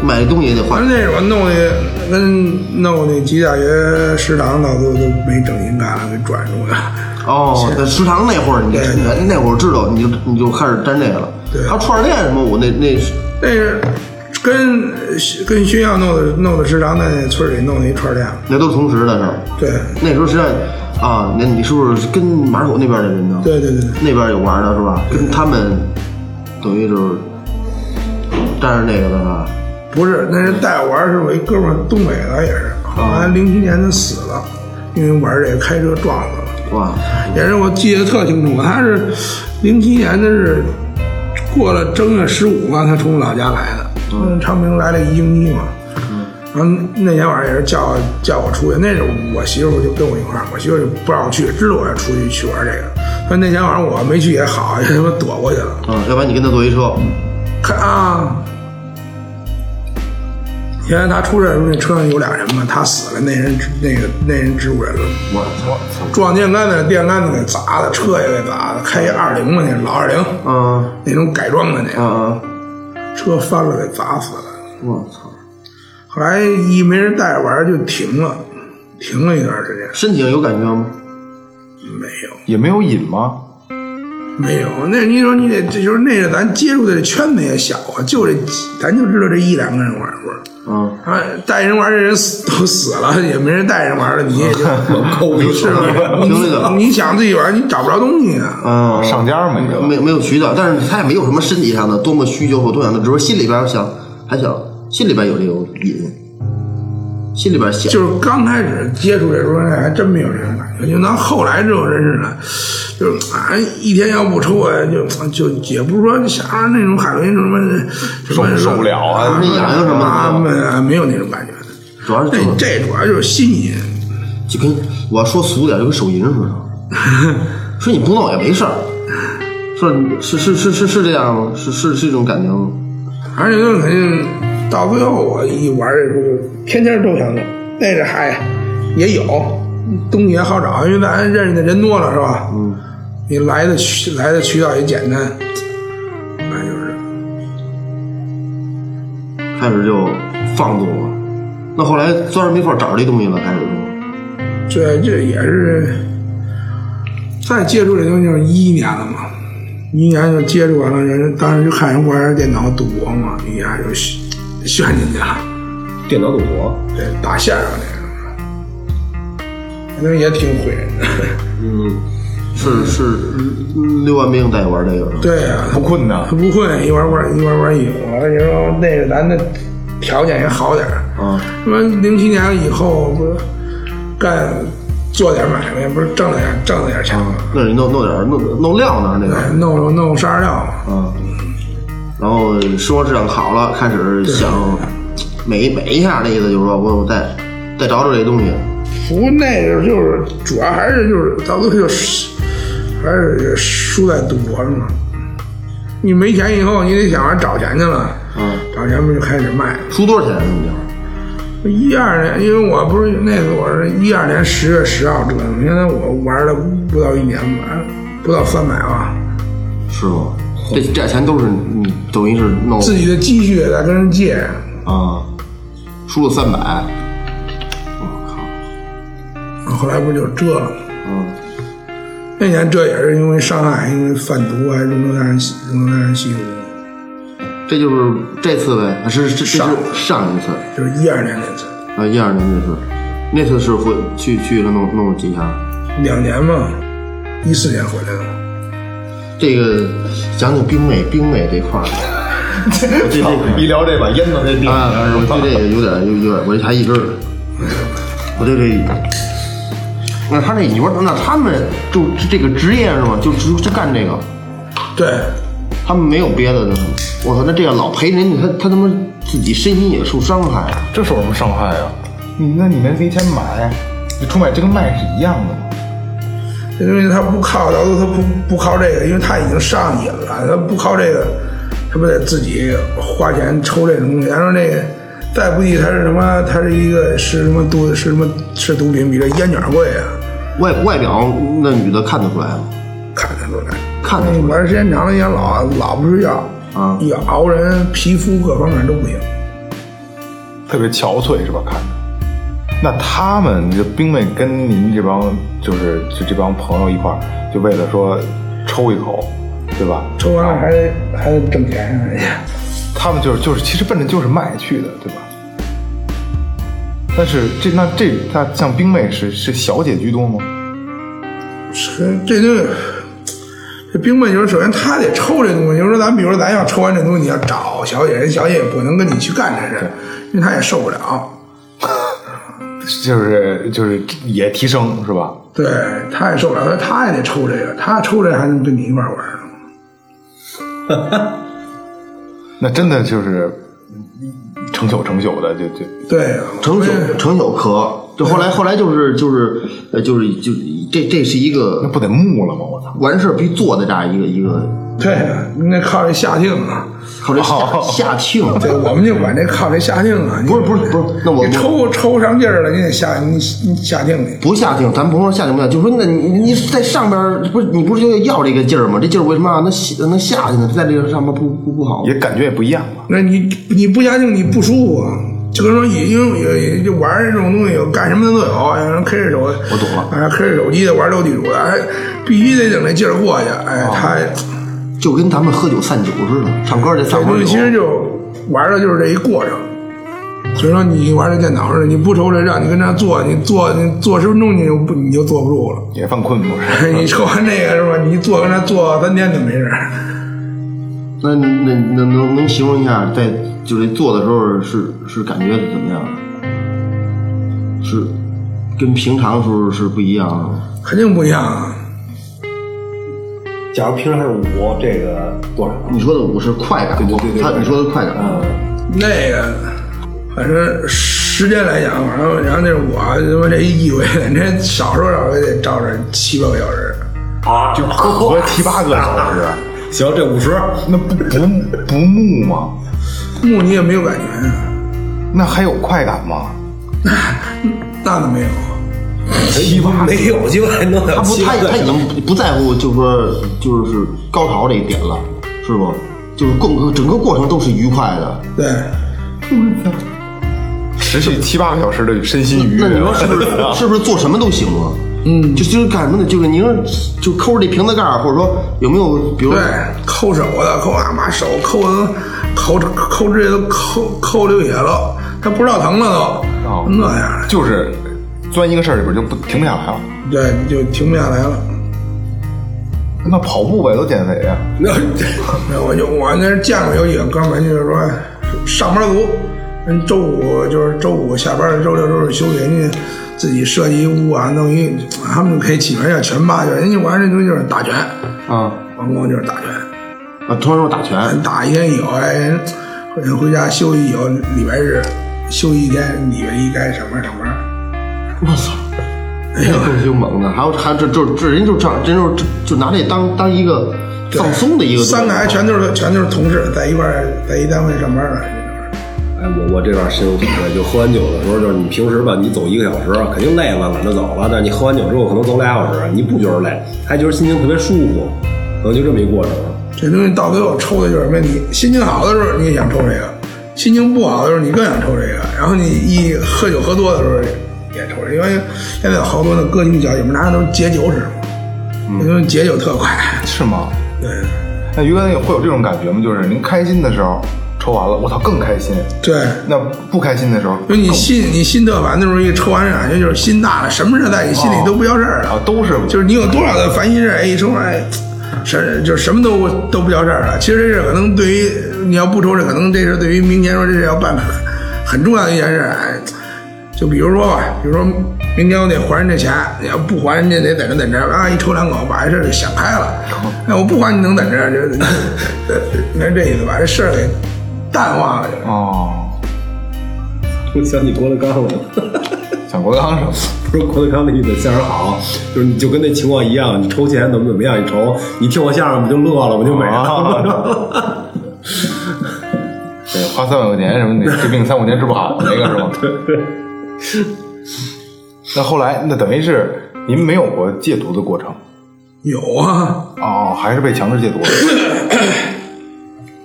Speaker 4: 买的东西也得花
Speaker 5: 反正那会儿弄那跟弄那几大学食堂到最后都没正经干了，给转出去了。
Speaker 4: 哦，在食堂那会儿，你那那会儿知道，你就你就开始沾这个了。
Speaker 5: 对
Speaker 4: 还有串儿店什么，我那那是
Speaker 5: *laughs* 那是跟跟学校弄的弄的食堂在村里弄的一串儿店。
Speaker 4: 那都是同时的事儿。
Speaker 5: 对
Speaker 4: 那时候实际上啊，那你是不是跟马口那边的人呢？，
Speaker 5: 对对对对。
Speaker 4: 那边有玩的是吧？跟他们等于就是沾着那个的是吧？
Speaker 5: 不是，那是带我玩儿是我一哥们儿，东北的也是，后来零七年他死了，因为玩儿这个开车撞死了。
Speaker 4: 哇，
Speaker 5: 也是我记得特清楚，他是零七年的是过了正月十五嘛，他从老家来的，嗯，昌平来了一星期嘛。然后那天晚上也是叫叫我出去，那时候我媳妇就跟我一块儿，我媳妇就不让我去，知道我要出去去玩儿这个。但那天晚上我没去也好，也他妈躲过去了。
Speaker 4: 啊，要不然你跟他坐一车，
Speaker 5: 看啊，原来他出事儿的时候，那车上有俩人嘛，他死了，那人那个那人植物人了，
Speaker 3: 我我操，
Speaker 5: 撞电杆子，电杆子给砸的，车也给砸的，开一二零嘛，那是老二零，
Speaker 4: 嗯
Speaker 5: 那种改装的那
Speaker 4: 嗯
Speaker 5: 个，
Speaker 4: 嗯，
Speaker 5: 车翻了给砸死了。
Speaker 4: 我操，
Speaker 5: 后来一没人带着玩儿就停了，停了一段时间，
Speaker 4: 身体上有感觉吗？
Speaker 5: 没有
Speaker 3: 也没有瘾吗？
Speaker 5: 没有。那你说你得这就是那个咱接触的这圈子也小啊，就这咱就知道这一两个人玩儿会儿。
Speaker 4: 嗯，
Speaker 5: 啊，带人玩儿的人死都死了，也没人带人玩儿了，你也就
Speaker 6: 够意
Speaker 5: 是吧？
Speaker 4: 经历了
Speaker 5: 你你想自己玩儿，你找不着东西啊。
Speaker 4: 嗯，
Speaker 3: 上家没有？
Speaker 4: 没没有渠道，但是他也没有什么身体上的多么需求或多想的，只是心里边想，还想心里边有这种瘾，心里边想，
Speaker 5: 就是刚开始接触这东西，还真没有这种感觉。就拿后来这种真是的，就是啊，一天要不抽啊，就就也不是说想让那种海洛因什么什么
Speaker 3: 受受不了啊
Speaker 4: 那痒痒什么的
Speaker 5: 啊，没没有那种感觉。
Speaker 4: 主要是
Speaker 5: 这
Speaker 4: 就
Speaker 5: 这主要就是新颖，
Speaker 4: 就跟我要说俗点，就跟手淫似的，说你不弄也没事儿，是是是是是这样吗？是是是这种感觉吗？
Speaker 5: 而且就肯定到最后我一玩儿这就天天都想弄，那个嗨也有，东西也好找，因为咱认识的人多了是吧？嗯，你来的渠来的渠道也简单，哎那就是
Speaker 4: 开始就放纵了，那后来钻着没缝找着这东西了，开始说
Speaker 5: 这这也是再接触这东西就是一一年了嘛，一一年就接触完了，人当时就看人玩电脑赌博嘛，一下就陷陷进去了，
Speaker 6: 电脑赌博，
Speaker 5: 对，打线上那个，那也挺毁人的。
Speaker 4: 是是嗯六万兵带玩这个是吧？
Speaker 5: 对呀、
Speaker 3: 不困呐
Speaker 5: 他，不混，一玩玩一玩玩一宿。你说那个咱的条件也好点儿，
Speaker 4: 啊，
Speaker 5: 什么零七年以后不是干做点买卖，不是挣了点挣了点钱吗？
Speaker 4: 那得弄弄点儿弄弄料呢那个，啊
Speaker 5: 弄弄弄沙料嘛，
Speaker 4: 然后生活质量好了，开始想美美一下，那意思就是说我我再再找找这东西，
Speaker 5: 不，那个就是主要还是就是到最后就是还是输在赌博上嘛。你没钱以后，你得想着找钱去了，
Speaker 4: 嗯，
Speaker 5: 找钱不就开始卖了。
Speaker 4: 输多少钱啊你这
Speaker 5: 一二年，因为我不是那次我是一二年十月十号折腾，现在我玩了不到一年吧，不到三百万，
Speaker 4: 是吗？这这点钱都是你等于是弄
Speaker 5: 自己的积蓄也在跟人借，
Speaker 4: 啊，输了三百，
Speaker 5: 后来不就折了吗？
Speaker 4: 嗯，
Speaker 5: 那年这也是因为伤害，因为贩毒啊还容留在人容留在人吸毒，
Speaker 4: 这就是这次呗，啊是这这是上一次
Speaker 5: 就是一二年那次，
Speaker 4: 啊，一二年那次，那次是回去去了弄弄了几下，
Speaker 5: 两年嘛，一四年回来的嘛。
Speaker 4: 这个讲讲冰妹冰妹这块儿。我对这个
Speaker 3: 一聊这把烟都给灭
Speaker 4: 啊，
Speaker 3: 了，是吧
Speaker 4: 我对这个有点有有点，我这还一根儿，我对这。那他那你说，那他们就这个职业是吗？就就就干这个，
Speaker 5: 对，
Speaker 4: 他们没有别的的。我操，那这个老陪人家，他他他妈自己身心也受伤害啊！
Speaker 7: 这受什么伤害啊？
Speaker 3: 你嗯那你们没钱买，你出买这跟卖是一样的吗？
Speaker 5: 这东西他不靠，到时候他不不靠这个，因为他已经上瘾了，他不靠这个，他不得自己花钱抽这种东西。然后那个再不济，他是什么？他是一个是什么毒？是什么是毒品比这烟卷贵啊？
Speaker 4: 外外表那女的看得出来吗？
Speaker 5: 看得出来，
Speaker 4: 看得出来
Speaker 5: 玩时间长了也老老不睡觉
Speaker 4: 啊
Speaker 5: 一熬人皮肤各方面都不行。
Speaker 3: 特别憔悴是吧？看着。那他们这兵妹跟您这帮就是就这帮朋友一块儿，就为了说抽一口，对吧？
Speaker 5: 抽完了还得还得挣钱，哎呀，
Speaker 3: 他们就是就是其实奔着就是卖去的，对吧？但是这那这那像兵妹是是小姐居多吗？
Speaker 5: 这嗯这东西，这冰棍就是首先他得抽这东西。就是说咱比如说咱要抽完这东西，你要找小姐，人小姐也不能跟你去干这事，因为她也受不了。
Speaker 3: 就是就是也提升是吧？
Speaker 5: 对，她也受不了，她也得抽这个，她抽这个还能跟你一块玩呢。
Speaker 3: 那真的就是成宿成宿的，就就
Speaker 5: 对呀，
Speaker 4: 成
Speaker 5: 所以
Speaker 4: 宿成宿咳，这后来后来就是就是呃就是就这这是一
Speaker 3: 那
Speaker 4: 个
Speaker 3: 不得木了吗？我操！
Speaker 4: 完事儿必做的这样一个一个，
Speaker 5: 对呀，那靠这下定啊，
Speaker 4: 靠这下下庆，
Speaker 5: 哦对，我们就管这靠这下定啊。
Speaker 4: 不是不是不是那我
Speaker 5: 你抽抽上劲儿了，你得下你你下定去。
Speaker 4: 不下定，咱不说下定不下，就说那你你你在上边儿不是你不是就要这个劲儿吗？这劲儿为什么让它下让它下去呢？在这个上边不不不好
Speaker 3: 也感觉也不一样了。
Speaker 5: 那你你不加定你不舒服啊。就跟说也因为也也就玩儿这种东西，干什么的都有。有人开着手，我
Speaker 3: 懂了
Speaker 5: 哎，开着手机的玩斗地主的，哎，必须得等那劲儿过去。哎，
Speaker 3: 哦
Speaker 5: 他
Speaker 4: 就跟咱们喝酒散酒似的，唱歌这
Speaker 5: 这
Speaker 4: 散
Speaker 5: 东
Speaker 4: 会
Speaker 5: 西其实
Speaker 4: 酒。
Speaker 5: 就玩的就是这一过程。所以说你玩这电脑似的，你不抽这，让你跟那坐，你坐你坐十分钟你就不你就坐不住了。哎
Speaker 3: 也犯困不是？
Speaker 5: 你抽完这个是吧？你一坐跟那坐三天就没事儿。
Speaker 4: 那那那能能形容一下，在就是做的时候是是感觉怎么样？啊是跟平常时候是不一样的。
Speaker 5: 肯定不一样啊。
Speaker 6: 假如平常是五，这个多少？
Speaker 4: 你说的我是快感，我他你说的快感，
Speaker 5: 那个，反正时间来讲，反正然后那是我他 *laughs* 妈这一回，那少说少说也得照着七八个小时。
Speaker 6: 啊
Speaker 3: 就合七八个小时，
Speaker 6: 行，这五十，
Speaker 3: 那不不不木吗？
Speaker 5: 木你也没有感觉啊，
Speaker 3: 那还有快感吗？
Speaker 5: 那倒没有。
Speaker 6: 哎没有鸡巴还弄
Speaker 4: 他
Speaker 6: 到
Speaker 4: 不
Speaker 6: 七
Speaker 4: 他
Speaker 6: 八个
Speaker 4: 他已经不在乎，就是说就是高潮这一点了，是不？就是过整个过程都是愉快的。
Speaker 5: 对，
Speaker 3: 持续七八个小时的身心愉悦
Speaker 4: 那。你说是不是是不是做什么都行啊？嗯，就就是干什么的，就是你说就抠这瓶子盖儿，或者说有没有，比如
Speaker 5: 对，抠手的，抠俺妈手，抠的抠抠这都抠抠流血了，他不知道疼了都，
Speaker 3: 哦
Speaker 5: 那样的，
Speaker 3: 就是钻一个事儿里边就不停不下来了。
Speaker 5: 对，你就停不下来了。
Speaker 3: 那跑步呗，多减肥啊！
Speaker 5: 那 *laughs* 那我就我那见过有几个哥们儿，就是说上班族，人周五就是周五下班，周六周日休息，人家自己设计一屋啊，弄一，他们就可以起名叫拳吧，就是人家玩那东西就是打拳，
Speaker 3: 啊，
Speaker 5: 王工就是打拳。
Speaker 4: 啊，突然说打拳，
Speaker 5: 打一天以后，哎，人人回家休息以后，礼拜日休息一天，礼拜一该上班上班。
Speaker 4: 我操！哎呀，够凶猛的，还有还有这这这人就这样，真就是就就拿这当当一个放松的一个啊东西
Speaker 5: 三个还全都是全都是同事，在一块儿在一单位上班的。
Speaker 6: 哎，我我这段深有体会，就喝完酒的时候，就是你平时吧，你走一个小时啊肯定累了，懒得走了，但是你喝完酒之后可能走俩小时，啊你不觉得累，还觉得心情特别舒服，可能就这么一过程。
Speaker 5: 这东西到最后抽的就是什么？你心情好的时候你也想抽这个，心情不好的时候你更想抽这个。然后你一喝酒喝多的时候也抽这个，因为现在有好多那歌星小姐们拿的都是解酒纸嘛，那东西解酒特快。
Speaker 3: 是吗？
Speaker 5: 对，
Speaker 3: 那于哥会有这种感觉吗？就是您开心的时候抽完了，我操，更开心；
Speaker 5: 对，
Speaker 3: 那不开心的时候，
Speaker 5: 就你心你心特烦的时候，一抽完感觉就是心大了，什么事儿在你心里都不叫事儿
Speaker 3: 啊
Speaker 5: 了，
Speaker 3: 都是
Speaker 5: 就是你有多少的烦心事儿，哎，一抽完，哎，什就是什么都都不叫事儿了。其实这事儿可能对于你要不抽这，可能这事儿对于明天说这事儿要办很重要的一件事儿，哎，就比如说吧，比如说明天我得还人这钱，你要不还人家得在这等着啊，一抽两口把这事儿给想开了，那我不还你能等着，这这那这意思把这事儿给淡忘了就。
Speaker 3: 哦，
Speaker 6: *laughs* 我想起郭德纲了， *laughs*
Speaker 3: 想郭德纲什么？
Speaker 6: 不是郭德纲的意思，相声好，就是你就跟那情况一样，你抽钱怎么怎么样，你抽，你听我相声不就乐了，不就美了？ *laughs*
Speaker 3: 对，花三万块钱什么的，这病三五年治不好那个是吗？对对。 *laughs* 那后来，那等于是您没有过戒毒的过程
Speaker 5: 有啊，
Speaker 3: 哦，还是被强制戒毒了？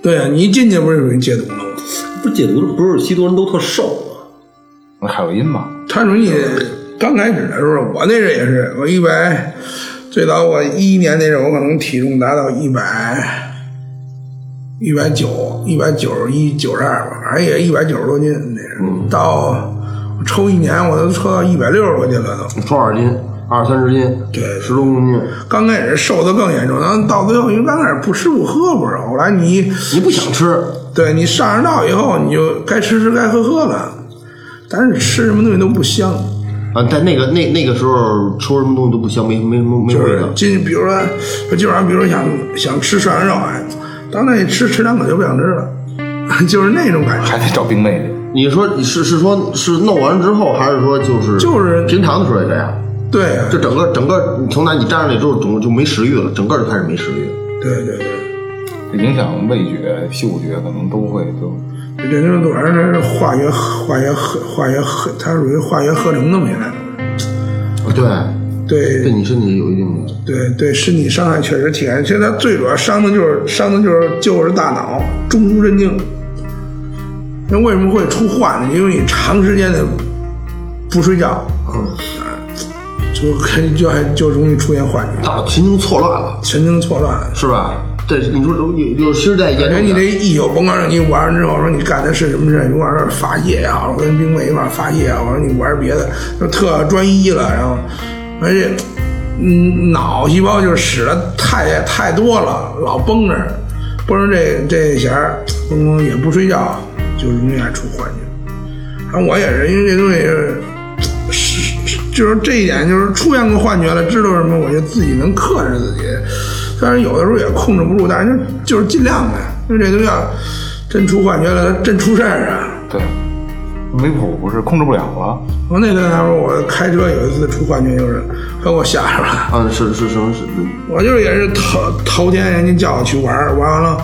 Speaker 5: 对啊，你一进去不是有人戒毒吗？
Speaker 6: 不是解毒的，不是吸毒人都特瘦吗？
Speaker 3: 那海洛因嘛，
Speaker 5: 他说你刚开始的时候，我那阵也是，我一百，最早我一一年那阵儿，我可能体重达到一百，一百九，一百九十一、九十二吧，反正也一百九十多斤那阵儿。到我抽一年，我都抽到一百六十多斤了都。
Speaker 4: 多少斤？二三十斤，
Speaker 5: 对
Speaker 4: 十多公斤。
Speaker 5: 刚开始瘦的更严重，然后到最后，因为刚开始不吃不喝不是，后来你
Speaker 4: 你不想吃，
Speaker 5: 对你上上道以后，你就该吃吃该喝喝了，但是吃什么东西都不香。
Speaker 4: 啊，在那个那那个时候抽什么东西都不香，没没没没
Speaker 5: 就
Speaker 4: 味
Speaker 5: 是
Speaker 4: 道。
Speaker 5: 今比如说，我今晚上比如说想想吃涮羊肉，哎，当那吃吃两口就不想吃了， *laughs* 就是那种感觉。
Speaker 3: 还得找冰妹去。
Speaker 4: 你说你是是说是弄完之后，还是说就是
Speaker 5: 就是
Speaker 4: 平常的时候也这样？
Speaker 5: 对啊
Speaker 4: 这，整个整个你从那你站上来之后，整个就没食欲了，整个就开始没食欲了。
Speaker 5: 对对对，
Speaker 3: 这影响味觉、嗅觉，可能都会就
Speaker 5: 这就是反正这是化学化学合化学合，它属于化学合成的嘛，现在
Speaker 4: 对，
Speaker 5: 对
Speaker 4: 对你身体有一定的。
Speaker 5: 对对，身体伤害确实挺严重。其实它最主要伤的就是伤的就是就是大脑中枢神经。那为什么会出患呢？因为你长时间的不睡觉，嗯，就很就还就容易出现幻觉，
Speaker 4: 大脑神经错乱了，
Speaker 5: 神经错乱。
Speaker 4: 是吧？对，你说有有有时在
Speaker 5: 感觉
Speaker 4: 严
Speaker 5: 哎你
Speaker 4: 重
Speaker 5: 这
Speaker 4: 的，
Speaker 5: 一宿甭管让你玩完之后，说你干的是什么事，你玩儿发泄啊，我跟冰妹一块儿发泄啊，我说你玩别的，就特专一了，然后而且嗯脑细胞就是使的太太多了，老绷着，绷着这这弦儿，嘣嘣也不睡觉，就容易爱出幻觉。啊，我也是，因为这东西是是是，就是这一点，就是出现过幻觉了，知道什么，我就自己能克制自己。虽然有的时候也控制不住，但是就就是尽量呗。因为这东西要真出幻觉了，它真出事儿啊！
Speaker 3: 对，没谱不是控制不了了。
Speaker 5: 我那天他说我开车有一次出幻觉，就是把我吓着了。
Speaker 4: 啊，是是什么是？
Speaker 5: 我就是也是头头天人家叫我去玩儿，玩完了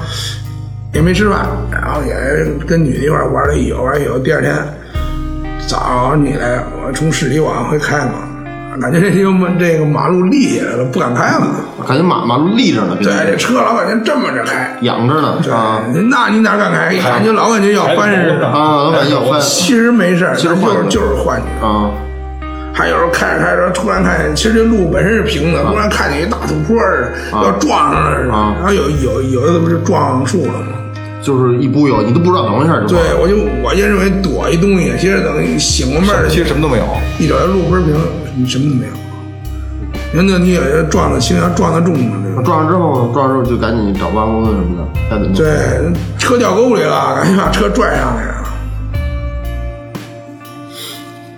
Speaker 5: 也没吃饭，然后也是跟女的一块儿玩了一宿，玩了一宿。第二天早上起来，我从市里往回开嘛，感觉这就这个马路立起来了，不敢开了。
Speaker 4: 感觉马马路立着呢，
Speaker 5: 对，这
Speaker 4: 这
Speaker 5: 车老感觉这么着开，
Speaker 4: 仰着呢
Speaker 5: 对，
Speaker 4: 啊，
Speaker 5: 那你哪敢开？感觉老感觉要翻似的。
Speaker 4: 啊，老板要翻
Speaker 5: 其实没事儿，
Speaker 4: 其实
Speaker 5: 就
Speaker 4: 换
Speaker 5: 是
Speaker 4: 了
Speaker 5: 就是幻觉。
Speaker 4: 啊，
Speaker 5: 还有时候开着开着，突然看见，其实这路本身是平
Speaker 3: 啊
Speaker 5: 的，突然看见一大土坡似的，要撞上了似的。
Speaker 4: 啊
Speaker 5: 然后有有有的不是撞树了吗？
Speaker 4: 就是一不有，你都不知道，等一下就
Speaker 5: 对，我就我就认为躲一东西，其实等于醒过味儿，
Speaker 3: 其实什么都没有，
Speaker 5: 一找这路不是平，你什么都没有。人家你也是撞的轻，要撞的重嘛，这个。
Speaker 4: 撞上之后，撞上之后就赶紧找保安公司什么的，该怎么办？
Speaker 5: 对，车掉沟里了，赶紧把车拽上来了。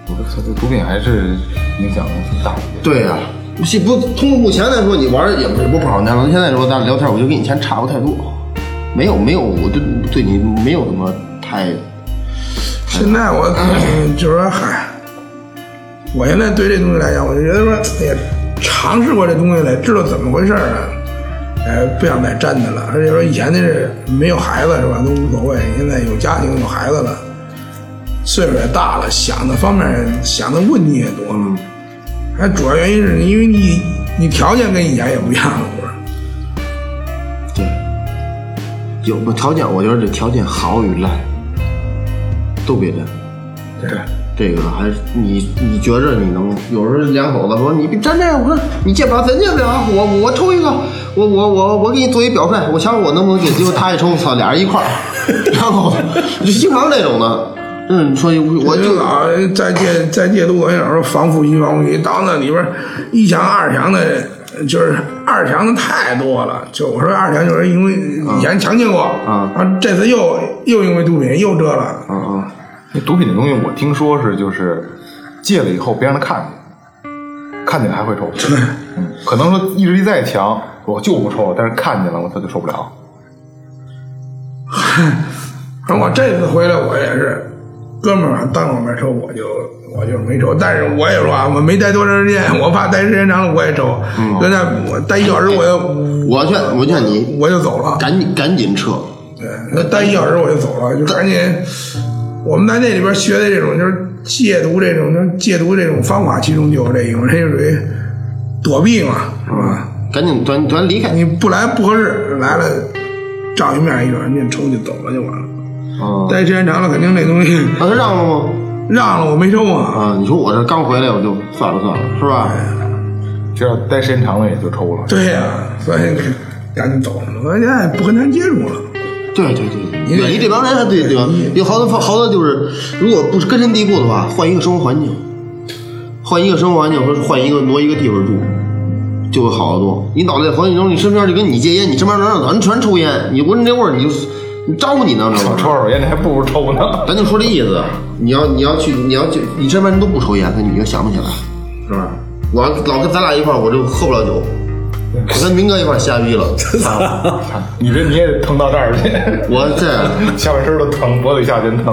Speaker 3: 我操，这毒品还是影响挺大的。
Speaker 4: 对啊呀、不是不通过目前来说，你玩儿也不是不跑年了。现在说咱俩聊天，我就跟以前差不太多，啊没有没有，我对对你没有什么太
Speaker 5: 现在我嗯就是说，嗨，我现在对这东西来讲，我就觉得说也尝试过这东西了，知道怎么回事儿了，哎，不想再沾它了。而且说以前那是没有孩子是吧，都无所谓。现在有家庭有孩子了，岁数也大了，想的方面想的问题也多了。还主要原因是因为你你条件跟以前也不一样了，不是？
Speaker 4: 对。有个条件，我觉得这条件好与赖都别沾。对，这个还是你你觉着你能，有时候两口子说你别沾这个，我说你戒不了，咱戒不了，我我抽一个，我我我我给你做一表率，我想我能不能戒，结果他一抽，操，俩人一块儿，然后就经常这种的，嗯，你说我
Speaker 5: 我
Speaker 4: 就
Speaker 5: 就老在戒在戒毒，我老说防复一防复一，到那里边儿一强二强的，就是二强的太多了。就我说二强就是因为以前强奸过，
Speaker 4: 啊
Speaker 5: 这次又又因为毒品又这了，
Speaker 4: 啊啊，
Speaker 3: 嗯那毒品这东西，我听说是就是戒了以后别让他看见，看见了还会抽。嗯，可能说意志力再强，我就不抽了，但是看见了我他就受不了。
Speaker 5: 反正我这次回来，我也是，哥们儿当我没抽，我就我就没抽。但是我也说啊，我没待多长时间，我怕待时间长了我也抽。
Speaker 4: 嗯
Speaker 5: 现在我待一小时我就
Speaker 4: 我劝我劝你
Speaker 5: 我就走了。
Speaker 4: 赶紧赶紧撤，
Speaker 5: 对，那待一小时我就走了，就赶紧。我们在那里边学的这种就是戒毒这种，就是戒毒这种方法，其中就有这一种，这就属于躲避嘛，是吧？
Speaker 4: 赶紧咱咱离开，
Speaker 5: 你不来不合适，来了照一面一转，人家抽就走了就完了。
Speaker 4: 啊，
Speaker 5: 待时间长了，肯定这东西
Speaker 4: 让他让了吗？
Speaker 5: 让了我没抽啊。
Speaker 4: 啊，你说我这刚回来，我就算了算了，是吧？
Speaker 3: 只要待时间长了也就抽了。
Speaker 5: 对呀、所以赶紧走了。我现在不跟他接触了。
Speaker 4: 对对对，
Speaker 5: 你得
Speaker 4: 远离这帮人，对对吧？有好多好多就是，如果不是根深蒂固的话，换一个生活环境，换一个生活环境，或者换一个挪一个地方住，就会好得多。你脑袋环境中，你身边就跟你戒烟，你身边能让咱全抽烟，你闻着这味儿，你就你招呼你呢，知道
Speaker 3: 我
Speaker 4: 吗？
Speaker 3: 抽二手烟，你还不如抽呢。
Speaker 4: 咱就说这意思，你要你要去，你要去，你身边人都不抽烟，那你就想不起来，是吧？我要老跟咱俩一块儿，我就喝不了酒，我跟明哥一块儿瞎逼了， *laughs* 啊
Speaker 3: 你这你也疼到这儿去，
Speaker 4: 我这
Speaker 3: 下半身都疼，脖子以下全疼。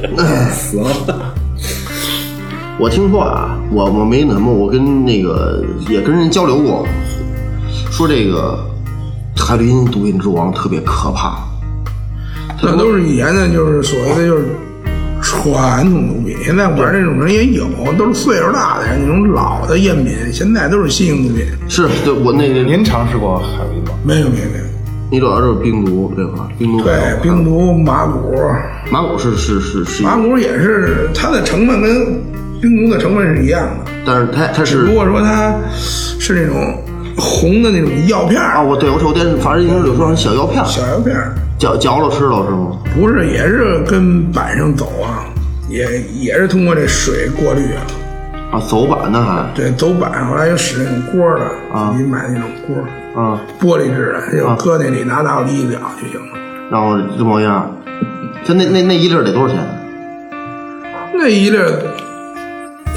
Speaker 4: *coughs* 我听说啊，我我没那什么，我跟那个也跟人交流过，说这个海洛因毒品之王特别可怕，
Speaker 5: 那都是以前的，就是所谓的就是传统毒品。现在玩这种人也有，都是岁数大的人，那种老的烟民，现在都是新型毒品。
Speaker 4: 是对我那个
Speaker 3: 您尝试过海洛因吗？
Speaker 5: 没有没有没有，
Speaker 4: 你主要就是冰毒这块儿，冰毒还有
Speaker 5: 对，冰毒、麻古，
Speaker 4: 马古是是是是一个，
Speaker 5: 麻古也是它的成分跟冰毒的成分是一样的，
Speaker 4: 但是它它是
Speaker 5: 不过说它是那种红的那种药片
Speaker 4: 啊，
Speaker 5: 儿，
Speaker 4: 我对我瞅电视，反正有时候有时候小药片儿，
Speaker 5: 小药片儿，
Speaker 4: 嚼嚼了吃了是吗？
Speaker 5: 不是也是跟板上走啊，也也是通过这水过滤啊。
Speaker 4: 啊，走板呢还
Speaker 5: 对，走板，后来又使那种锅儿的，
Speaker 4: 啊
Speaker 5: 你买那种锅儿，
Speaker 4: 啊，
Speaker 5: 玻璃制的，就搁那里拿大火一燎就行了。
Speaker 4: 然后这模样，它那那那一粒儿得多少钱？
Speaker 5: 那一粒儿，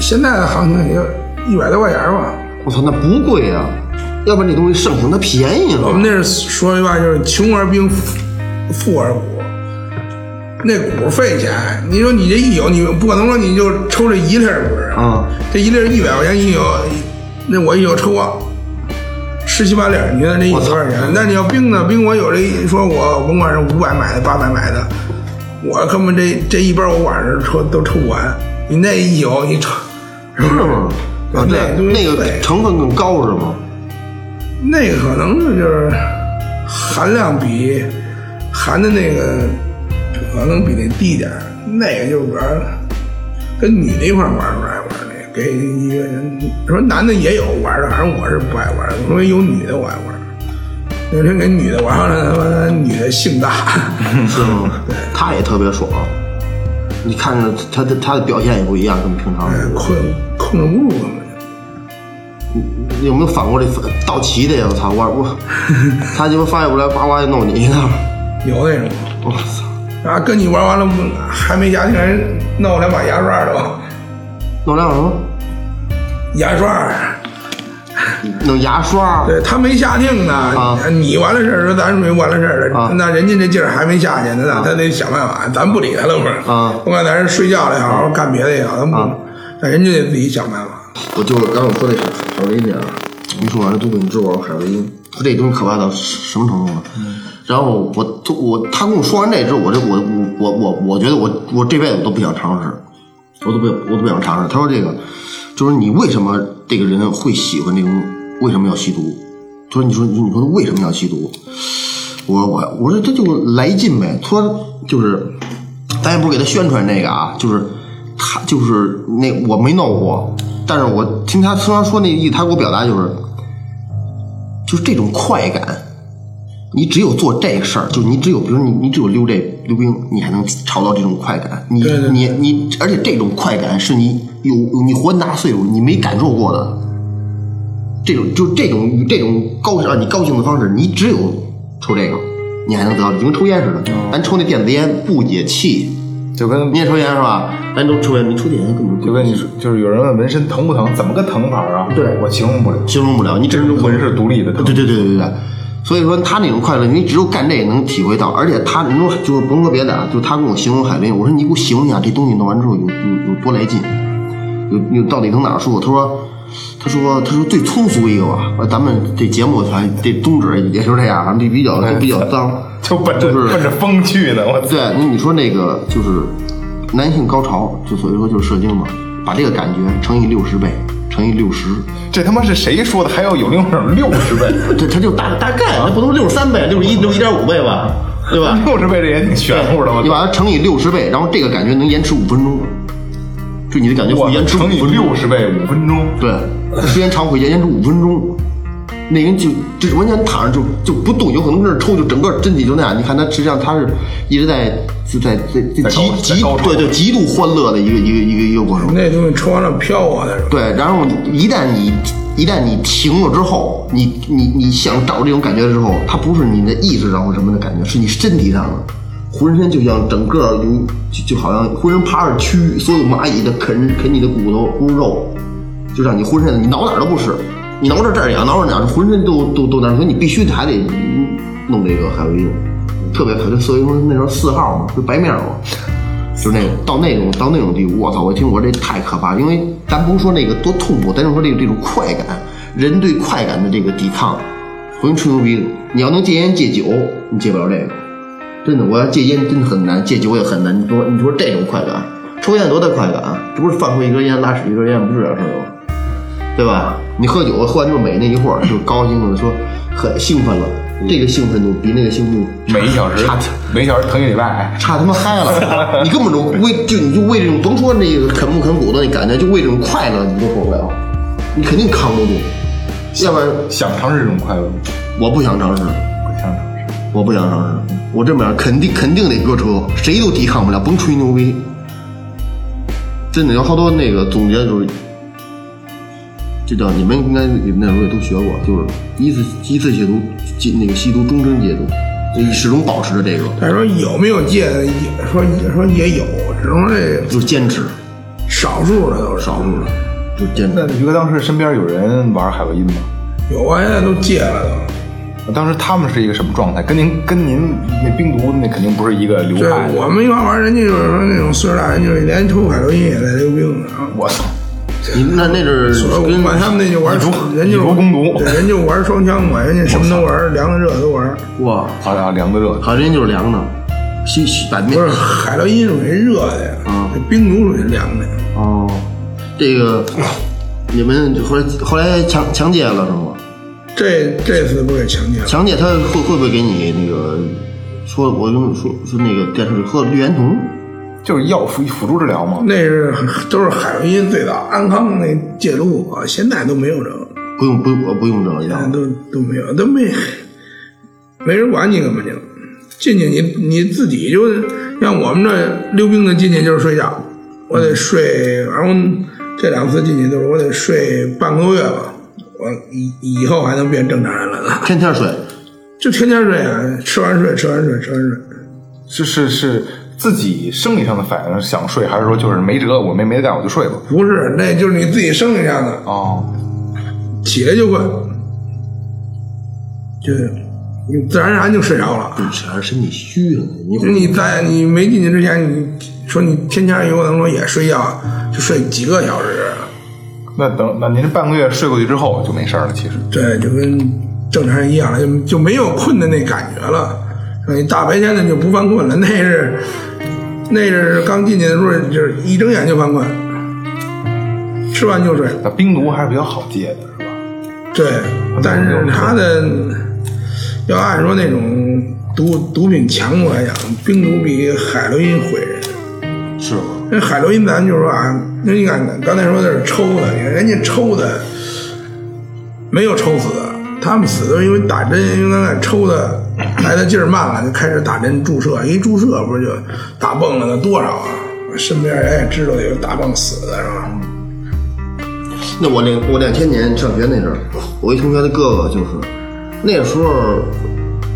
Speaker 5: 现在的行情也就一百多块钱儿吧。
Speaker 4: 我操，那不贵啊，要不然这东西盛行它便宜是吧
Speaker 5: 我们那是说句话，就是穷而兵，富富而骨。那骨费钱，你说你这一有，你不可能说你就抽这一粒儿不是？
Speaker 4: 啊，
Speaker 5: 这一粒儿一百块钱一有，那我一有抽啊，十七八粒儿，你看这一有多少钱？那你要冰呢？冰我有这一说我甭管是五百买的、八百买的，我根本这这一包我晚上抽都抽不完。你那一有，你抽
Speaker 4: 是吗？啊，
Speaker 5: 那
Speaker 4: 那
Speaker 5: 东西
Speaker 4: 那个
Speaker 5: 废
Speaker 4: 成分更高是吗？
Speaker 5: 那个可能是就是含量比含的那个可能比那低点儿，那个就玩儿跟女的一块儿玩儿玩儿玩儿那个，给一个人说男的也有玩儿的，反正我是不爱玩儿的，因为有女的我爱玩儿。有人给女的玩儿了，他妈女的性大，嗯
Speaker 4: 是吗？
Speaker 5: *laughs*
Speaker 4: 他也特别爽，你看着他的他的表现也不一样，跟平常人。
Speaker 5: 控控制不住根本就。
Speaker 4: 有没有反过来反倒骑的呀？我操，我
Speaker 5: *laughs*
Speaker 4: 我他鸡巴发现不来，呱呱就弄你一道。
Speaker 5: 有那种，
Speaker 4: 我操，
Speaker 5: 然后跟你玩完了还没牙，竟然弄两把牙刷都，
Speaker 4: 弄辆什么？
Speaker 5: 牙刷。
Speaker 4: 弄牙刷？
Speaker 5: 对他没下定呢，
Speaker 4: 啊
Speaker 5: 你完了事儿，说咱没完了事儿了，
Speaker 4: 啊
Speaker 5: 那人家这劲儿还没下去呢，那他得想办法，咱不理他了不是？
Speaker 4: 啊
Speaker 5: 不管咱是睡觉了也好，干别的也好，咱不，
Speaker 4: 啊
Speaker 5: 那人家得自己想办法。
Speaker 4: 我就是刚才我说那海洛因啊，你说完了，都给你治我海洛因，这东西可怕到什么程度了？然后我都我他跟我说完这之后，我这我我我我我觉得我我这辈子都不想尝试，我都不我都不想尝试。他说这个就是你为什么这个人会喜欢这种，为什么要吸毒？他说你说你说他为什么要吸毒？我说我我说这就来劲呗，他说就是，咱也不是给他宣传这个啊，就是他就是那我没弄过，但是我听他虽然说那意思，他给我表达就是，就是这种快感，你只有做这事儿，就是你只有比如你你只有溜这溜冰，你才能找到这种快感，你
Speaker 5: 对对对
Speaker 4: 你你，而且这种快感是你有你活那么大岁数你没感受过的，这种就这种这种高让你高兴的方式，你只有抽这个，你还能得到，就跟抽烟似的。咱抽那电子烟不解气，
Speaker 3: 就跟
Speaker 4: 你也抽烟是吧？咱都抽烟，你抽电子烟根本
Speaker 3: 就跟你说，就是有人问纹身疼不疼，怎么个疼法啊？
Speaker 4: 对
Speaker 3: 我形容不了。
Speaker 4: 形容不了，你只
Speaker 3: 这
Speaker 4: 是
Speaker 3: 纹是独立的疼
Speaker 4: 对，对对对对对。所以说他那种快乐，你只有干这个能体会到，而且他你说就是甭说别的啊，就他跟我形容海洛因，我说你给我形容一下这东西弄完之后有有有多来劲，有有到底从哪儿说？他说。他说：“他说最通俗一个吧，呃咱们这节目反正这宗旨也就这样，咱们比比较都比较脏，
Speaker 3: 就奔着
Speaker 4: 就是
Speaker 3: 奔着风去呢。我操！
Speaker 4: 对，那你说那个就是男性高潮，就所以说就是射精嘛，把这个感觉乘以六十倍，乘以六十，
Speaker 3: 这他妈是谁说的？还要有另一种六十倍，
Speaker 4: 对，它就大大概啊，那不能六十三倍，六十一、六一点五倍吧，对吧？
Speaker 3: 六十倍这也挺玄乎的。我
Speaker 4: 你
Speaker 3: 操！
Speaker 4: 把它乘以六十倍，然后这个感觉能延迟五分钟，就你的感觉
Speaker 3: 我
Speaker 4: 会延迟五
Speaker 3: 乘
Speaker 4: 分
Speaker 3: 以
Speaker 4: 钟。
Speaker 3: 六十倍，五分钟。
Speaker 4: 对，时间长会延迟五分钟。那人就就完全躺着就就不动，有可能在那儿抽，就整个身体就那样。你看他实际上他是一直在就在在在
Speaker 3: 在
Speaker 4: 极
Speaker 3: 高在
Speaker 4: 极
Speaker 3: 高潮
Speaker 4: 对对极度欢乐的一个一个一个一个过程。
Speaker 5: 那东西抽完了飘啊那种，
Speaker 4: 对，然后一旦你一旦你停了之后，你你你想找这种感觉的时候，它不是你的意识上或什么的感觉，是你身体上的，浑身就像整个有就就好像浑身趴着蛆，所有蚂蚁的啃啃你的骨头骨肉，就让你浑身你挠哪儿都不是，你挠着这儿痒，挠着哪儿浑身都都都难受，你必须还得弄这个海洛因，特别可惜。所以说那时候四号嘛，就白面儿嘛。就那种到那种到那种地步，我操！我一听我说这太可怕，因为咱甭说那个多痛苦，咱就说这个这种快感，人对快感的这个抵抗。我跟你吹牛逼，你要能戒烟戒酒，你戒不了这个，真的。我要戒烟真的很难，戒酒也很难。你说你说这种快感，抽烟多大快感啊？这不是放出一根烟，拉屎一根烟，不是点事儿吗？对吧？你喝酒喝完之后美那一会儿就高兴了，说很兴奋了，这个兴奋度比那个兴奋度差
Speaker 3: 嗯每一小时
Speaker 4: 差，
Speaker 3: 每一小时疼一礼拜。哎
Speaker 4: 差他妈嗨了！你根本就为就你就为这种甭说那个啃不啃骨头那感觉，就为这种快乐你都受不了，你肯定扛不住。要不然
Speaker 3: 想尝试这种快乐吗，
Speaker 4: 我不想尝
Speaker 3: 不
Speaker 4: 试，
Speaker 3: 想尝试。
Speaker 4: 我不想尝试，我这么样肯定肯定得割车，谁都抵抗不了，甭吹牛逼。真的有好多那个总结就是，这叫你们应该你们那时候也都学过，就是一次一次戒毒，戒那个吸毒，终身戒毒，你始终保持着这个，
Speaker 5: 他说有没有戒的，也说也说也有，只能说这
Speaker 4: 就是坚持，
Speaker 5: 少数的都是少数的，
Speaker 4: 就是坚持。
Speaker 3: 那于哥当时身边有人玩海洛因吗？
Speaker 5: 有啊，现在都戒了都。
Speaker 3: 当时他们是一个什么状态？跟您跟您那冰毒那肯定不是一个流
Speaker 5: 对
Speaker 3: 派。，
Speaker 5: 我们一块玩儿，人家就是说那种岁数大人，就是连抽海洛因也在溜冰呢。啊然后
Speaker 3: 我操！
Speaker 4: 你那那是
Speaker 5: 所以我
Speaker 4: 跟
Speaker 5: 管他们那就玩儿，人
Speaker 3: 以
Speaker 5: 就
Speaker 3: 毒攻毒
Speaker 5: 对，人就玩儿双枪嘛，人家什么都玩儿，凉的热的都玩儿。
Speaker 4: 哇，
Speaker 3: 好家伙，凉的热的。
Speaker 4: 好像就是凉的，西西板面
Speaker 5: 不是海洛因属于热的呀，这冰毒属于凉的呀。
Speaker 4: 哦，这个你们后来后来强强奸了是吗？
Speaker 5: 这这次不给强奸了，
Speaker 4: 强姐她会会不会给你那个说？我跟你说说那个电视里喝绿源酮，
Speaker 3: 就是药辅辅助治疗嘛。
Speaker 5: 那是都是海洛因最早，安康那介入啊，现在都没有这个，
Speaker 4: 不用不用我不用这个药
Speaker 5: 现在，都都没有，都没没人管你根本就进去你你自己就像我们这溜冰的进去就是睡觉，我得睡，然后这两次进去都是我得睡半个多月吧，我以以后还能变正常人了呢，
Speaker 4: 天天睡，
Speaker 5: 就天天睡啊，吃完睡吃完睡吃完睡。
Speaker 3: 是是是自己生理上的反应想睡，还是说就是没辙，我没没得干我就睡吧？
Speaker 5: 不是，那就是你自己生理上的，
Speaker 3: 哦，
Speaker 5: 起来就困，就是你自然而然就睡着了。
Speaker 4: 主要是身体虚了，你
Speaker 5: 就你在你没进去之前，你说你天天有可能说也睡觉，就睡几个小时，
Speaker 3: 那等那您半个月睡过去之后就没事儿了，其实。
Speaker 5: 对，就跟正常人一样了，就就没有困的那感觉了。你大白天的就不犯困了，那 *laughs* 是那是刚进去的时候，就是一睁眼就犯困，吃完就睡。
Speaker 3: 那冰毒还是比较好戒的，是吧？
Speaker 5: 对，但是他的要按说那种毒毒品强度来讲，冰毒比海洛因毁人。
Speaker 3: 是吗？
Speaker 5: 那海洛因咱就是说啊，那你看刚才说的是抽的，你看人家抽的没有抽死，他们死都是因为打针，因为刚才抽的来的劲儿慢了，就开始打针注射，一注射不是就打蹦了那多少啊？身边人也知道有打蹦死的是吧？
Speaker 4: 那我两我两千年上学那阵儿，我一同学的哥哥就是，那时候，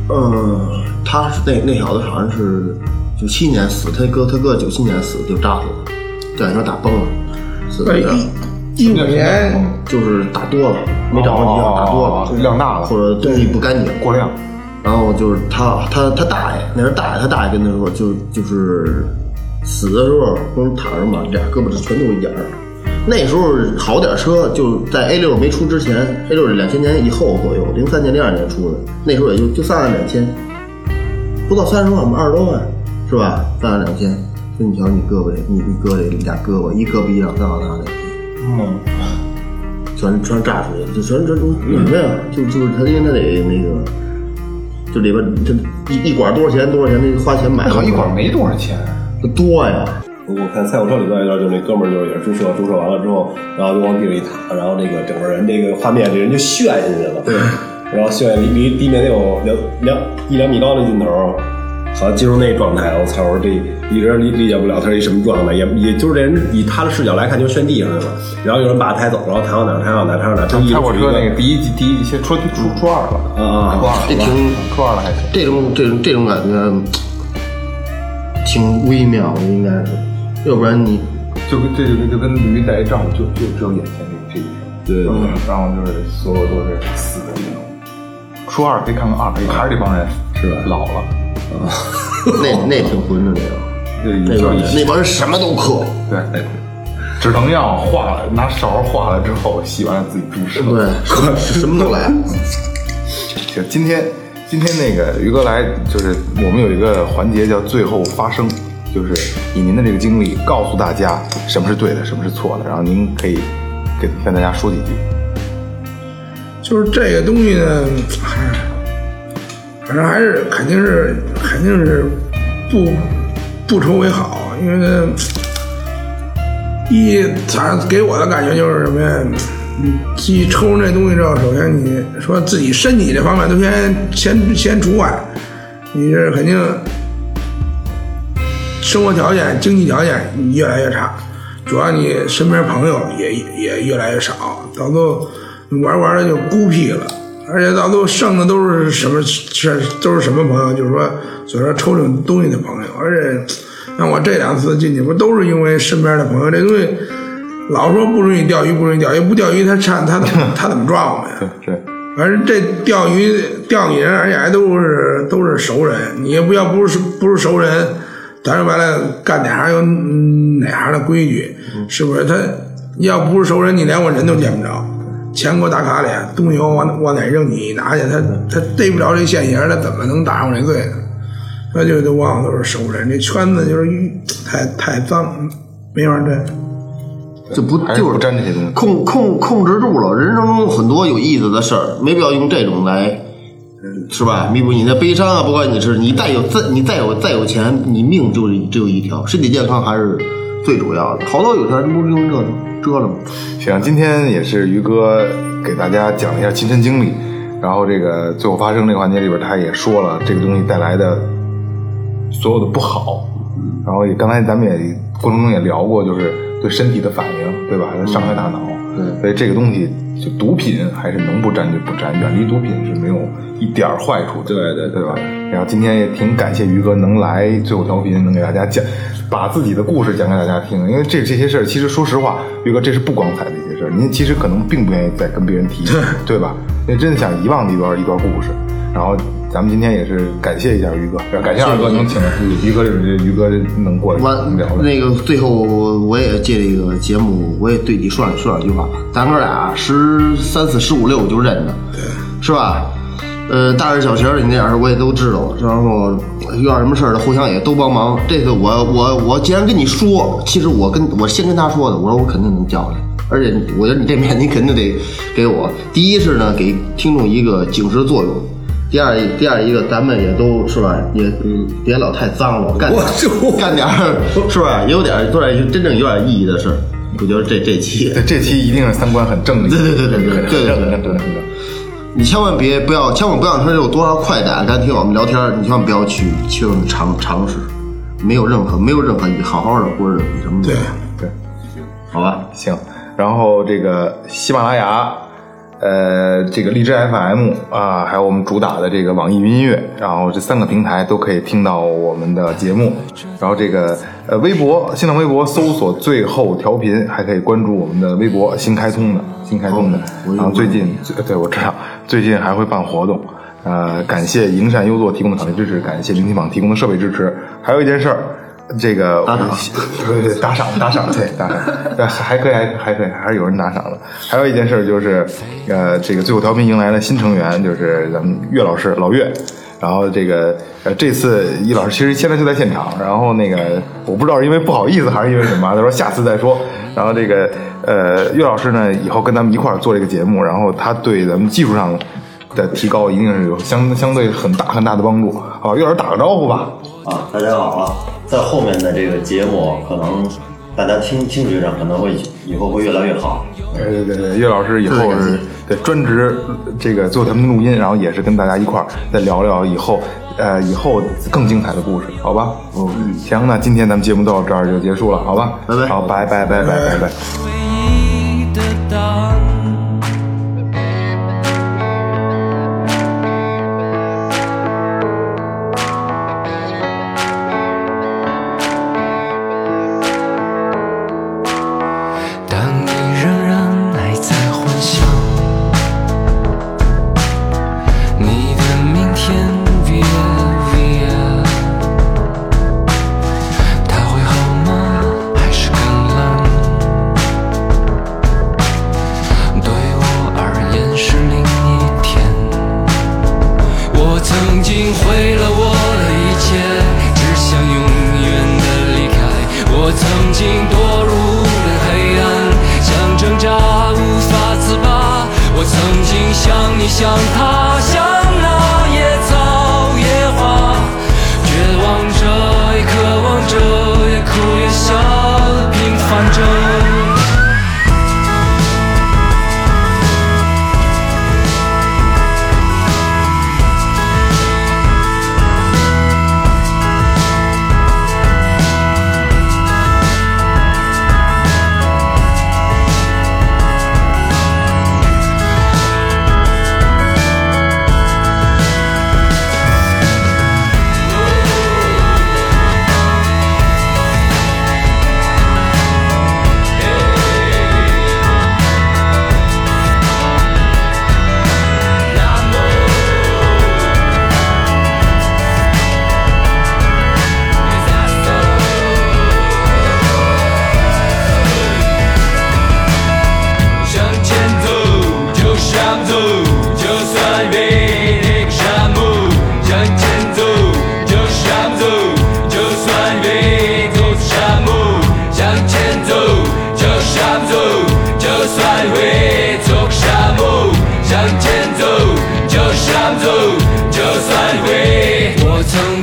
Speaker 4: 呃，他是那那小子好像是九七年死，他哥他哥九七年死就扎死了，电车打崩了，死
Speaker 3: 哎
Speaker 4: 在这儿
Speaker 5: 一一五年
Speaker 4: 就是打多了，没掌握技巧，打多了，
Speaker 3: 哦量大了
Speaker 4: 或者东西不干净，
Speaker 3: 过量。
Speaker 4: 然后就是他他他大爷，那是大爷，他大爷跟他说，就就是死的时候不是躺着嘛，俩胳膊这全都有眼儿。那时候好点车，就在 A 六没出之前，A 六是两千年以后左右，零三年零二年出的，那时候也就就三万两千，不到三十万吧，二十多万是吧？三万两千，所以你瞧你胳膊这，你你胳膊这俩胳膊，一胳膊一两三万大的。
Speaker 3: 嗯，
Speaker 4: 全全是炸出去的，就全是这都什么呀？就就是他，因为他得那个，就里边他一一管多少钱多少钱，那花钱买
Speaker 3: 那好一管没多少钱，
Speaker 4: 多呀。
Speaker 6: 我看《菜火车》里边有一段，就是那哥们儿就是也是注射，注射完了之后，然后就往地上一躺，然后那个整个人这个画面，这人就陷下去了。对，然后陷离离地面得有两两一两米高的尽头，好像进入那状态，我操！我说这一直理理解不了他是一什么状态，也也就是这人以他的视角来看，就陷地上去了。然后有人把他抬走，然后抬到哪儿抬到哪儿抬到哪儿，就一直
Speaker 3: 开火
Speaker 6: 处于一
Speaker 3: 车那个第一季第一季先初初初二了，
Speaker 6: 啊
Speaker 3: 初二了
Speaker 4: 这挺
Speaker 3: 初二了还行。
Speaker 4: 这种这种这种感觉挺微妙的，应该是，要不然你
Speaker 3: 就跟这就跟就跟驴逮仗，就就只有眼前这嗯这一条，
Speaker 6: 对对对
Speaker 3: 然后就是所有都是死的那种。初二可以看看二，还是这帮人
Speaker 6: 是吧
Speaker 3: 老了，
Speaker 4: 那那挺混的那
Speaker 3: 就
Speaker 4: 个，那
Speaker 3: 就
Speaker 4: 帮
Speaker 3: 一
Speaker 4: 人那帮人什么都嗑，
Speaker 3: 对，止疼药化了，拿勺化了之后洗完了自己注射。
Speaker 4: 对，什么都来。
Speaker 3: 行，今天今天那个于哥来，就是我们有一个环节叫最后发声，就是以您的这个经历告诉大家什么是对的，什么是错的，然后您可以给跟大家说几句。
Speaker 5: 就是这个东西呢，哎，反正还是肯定是肯定是不不愁为好，因为呢一反正给我的感觉就是什么呀？你一抽那东西之后，首先你说自己身体这方面都先先先除外，你是肯定生活条件、经济条件你越来越差，主要你身边朋友也也也越来越少，到最后你玩玩的就孤僻了，而且到最后剩的都是什么是都是什么朋友，就是说所说抽这种东西的朋友，而且像我这两次进去不都是因为身边的朋友，这东西老说不准你钓鱼，不准你钓鱼，不钓鱼他看他怎么他怎么抓我们呀？
Speaker 3: 对，
Speaker 5: 反正这钓鱼钓你人，而且还都是都是熟人。你也不要不是不是熟人，咱说白了，干哪行有嗯哪行的规矩，是不是？他要不是熟人，你连我人都见不着，钱给我打卡里，东西我往往哪扔你拿去，他他逮不着这现行，他怎么能打上我这罪呢？那就都往往都是熟人，这圈子就是越太太脏，没法儿这。
Speaker 4: 这不
Speaker 3: 还是
Speaker 4: 就是
Speaker 3: 不沾这些东西
Speaker 4: 控控控制住了。人生中有很多有意思的事儿，没必要用这种来，呃是吧？弥补你的悲伤啊！不管你是你再有再你再有再有钱，你命就只有一条，身体健康还是最主要的。好多有钱人都是用这折腾。
Speaker 3: 行，今天也是于哥给大家讲了一下亲身经历，然后这个最后发生这个环节里边，他也说了这个东西带来的所有的不好，然后也刚才咱们也过程中也聊过，就是对身体的反应，对吧？
Speaker 6: 嗯
Speaker 3: 还有伤害大脑，
Speaker 4: 对
Speaker 3: 所以这个东西就毒品还是能不沾就不沾，远离毒品是没有一点儿坏处的，
Speaker 6: 对对
Speaker 3: 对吧？啊然后今天也挺感谢于哥能来最后调频，能给大家讲，把自己的故事讲给大家听。因为这这些事儿，其实说实话，于哥这是不光彩的一些事儿，您其实可能并不愿意再跟别人提，对吧？那真的想遗忘的一段一段故事。然后咱们今天也是感谢一下于哥，感谢二哥能请于哥这种于哥能过来
Speaker 4: 完
Speaker 3: 聊聊。
Speaker 4: 那个最后我也借这个节目，我也对你说两说两句话。咱哥俩十三四、十五六就认着，是吧？呃，大事小情儿你那点事儿我也都知道，然后遇到什么事儿的互相也都帮忙。这次我我我既然跟你说，其实我跟我先跟他说的，我说我肯定能叫来，而且我觉得你这面你肯定得给我。第一是呢，给听众一个警示作用。第二，第二一个，咱们也都是吧，也嗯别老太脏了，干点
Speaker 6: 我就
Speaker 4: 干点儿
Speaker 6: *laughs*
Speaker 4: 是吧？有点儿，有点儿真正有点意义的事儿。我觉得这这
Speaker 6: *laughs*
Speaker 4: 期，
Speaker 3: 对，这期一定是三观很正的，
Speaker 4: 对对对对对
Speaker 3: 很
Speaker 4: 对对
Speaker 3: 正，
Speaker 4: 对
Speaker 3: 很正，很正。
Speaker 4: 你千万别不要，千万不要说有多少快感。刚才听我们聊天儿，你千万不要去去尝尝试，没有任何没有任何，你好好的过日子，什么都没有
Speaker 5: 对
Speaker 3: 对，
Speaker 4: 好吧？
Speaker 3: 行，然后这个喜马拉雅，呃，这个荔枝 FM 啊、还有我们主打的这个网易云音乐，然后这三个平台都可以听到我们的节目。然后这个呃，微博，新浪微博搜索“最后调频”，还可以关注我们的微博新开通的新开通的。
Speaker 4: 我
Speaker 3: 然后最近，最对我知道，最近还会办活动。呃，感谢营善优作提供的场地支持，感谢明星榜提供的设备支持。还有一件事儿，这个
Speaker 4: 打赏
Speaker 3: 对对对，打赏打赏，对打赏，对还可以还还可以，还是有人打赏的。还有一件事就是，呃，这个最后调频迎来了新成员，就是咱们岳老师老岳。然后这个呃，这次易老师其实现在就在现场，然后那个我不知道是因为不好意思还是因为什么，他说下次再说。然后这个呃，岳老师呢以后跟咱们一块儿做这个节目，然后他对咱们技术上的提高一定是有相相对很大很大的帮助。好，岳老师打个招呼吧。
Speaker 7: 啊，大家好啊！在后面的这个节目，可能大家听听觉上可能会以后会越来越好。
Speaker 3: 哎对对对，岳老师以后是对专职这个做咱们录音，然后也是跟大家一块儿再聊聊以后，呃，以后更精彩的故事，好吧？嗯，行，那今天咱们节目到这儿就结束了，好吧？
Speaker 4: 拜拜
Speaker 3: 好，拜拜拜拜拜拜。
Speaker 8: 回忆的荡，当你仍然还在幻想，你的明天，Via Via，它会好吗？还是更冷？对我而言是另一天。我曾经毁了我的一切，只想永远的离开。我曾经堕入无人黑暗，想挣扎无法自拔。我曾经像你，像他，像那野草野花，绝望着，也渴望着，也哭也笑，平凡着。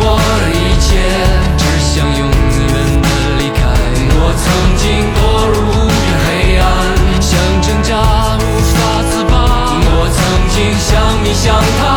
Speaker 8: 我的一切，只想永远的离开。我曾经堕入无边黑暗，想挣扎无法自拔。我曾经像你像他。啊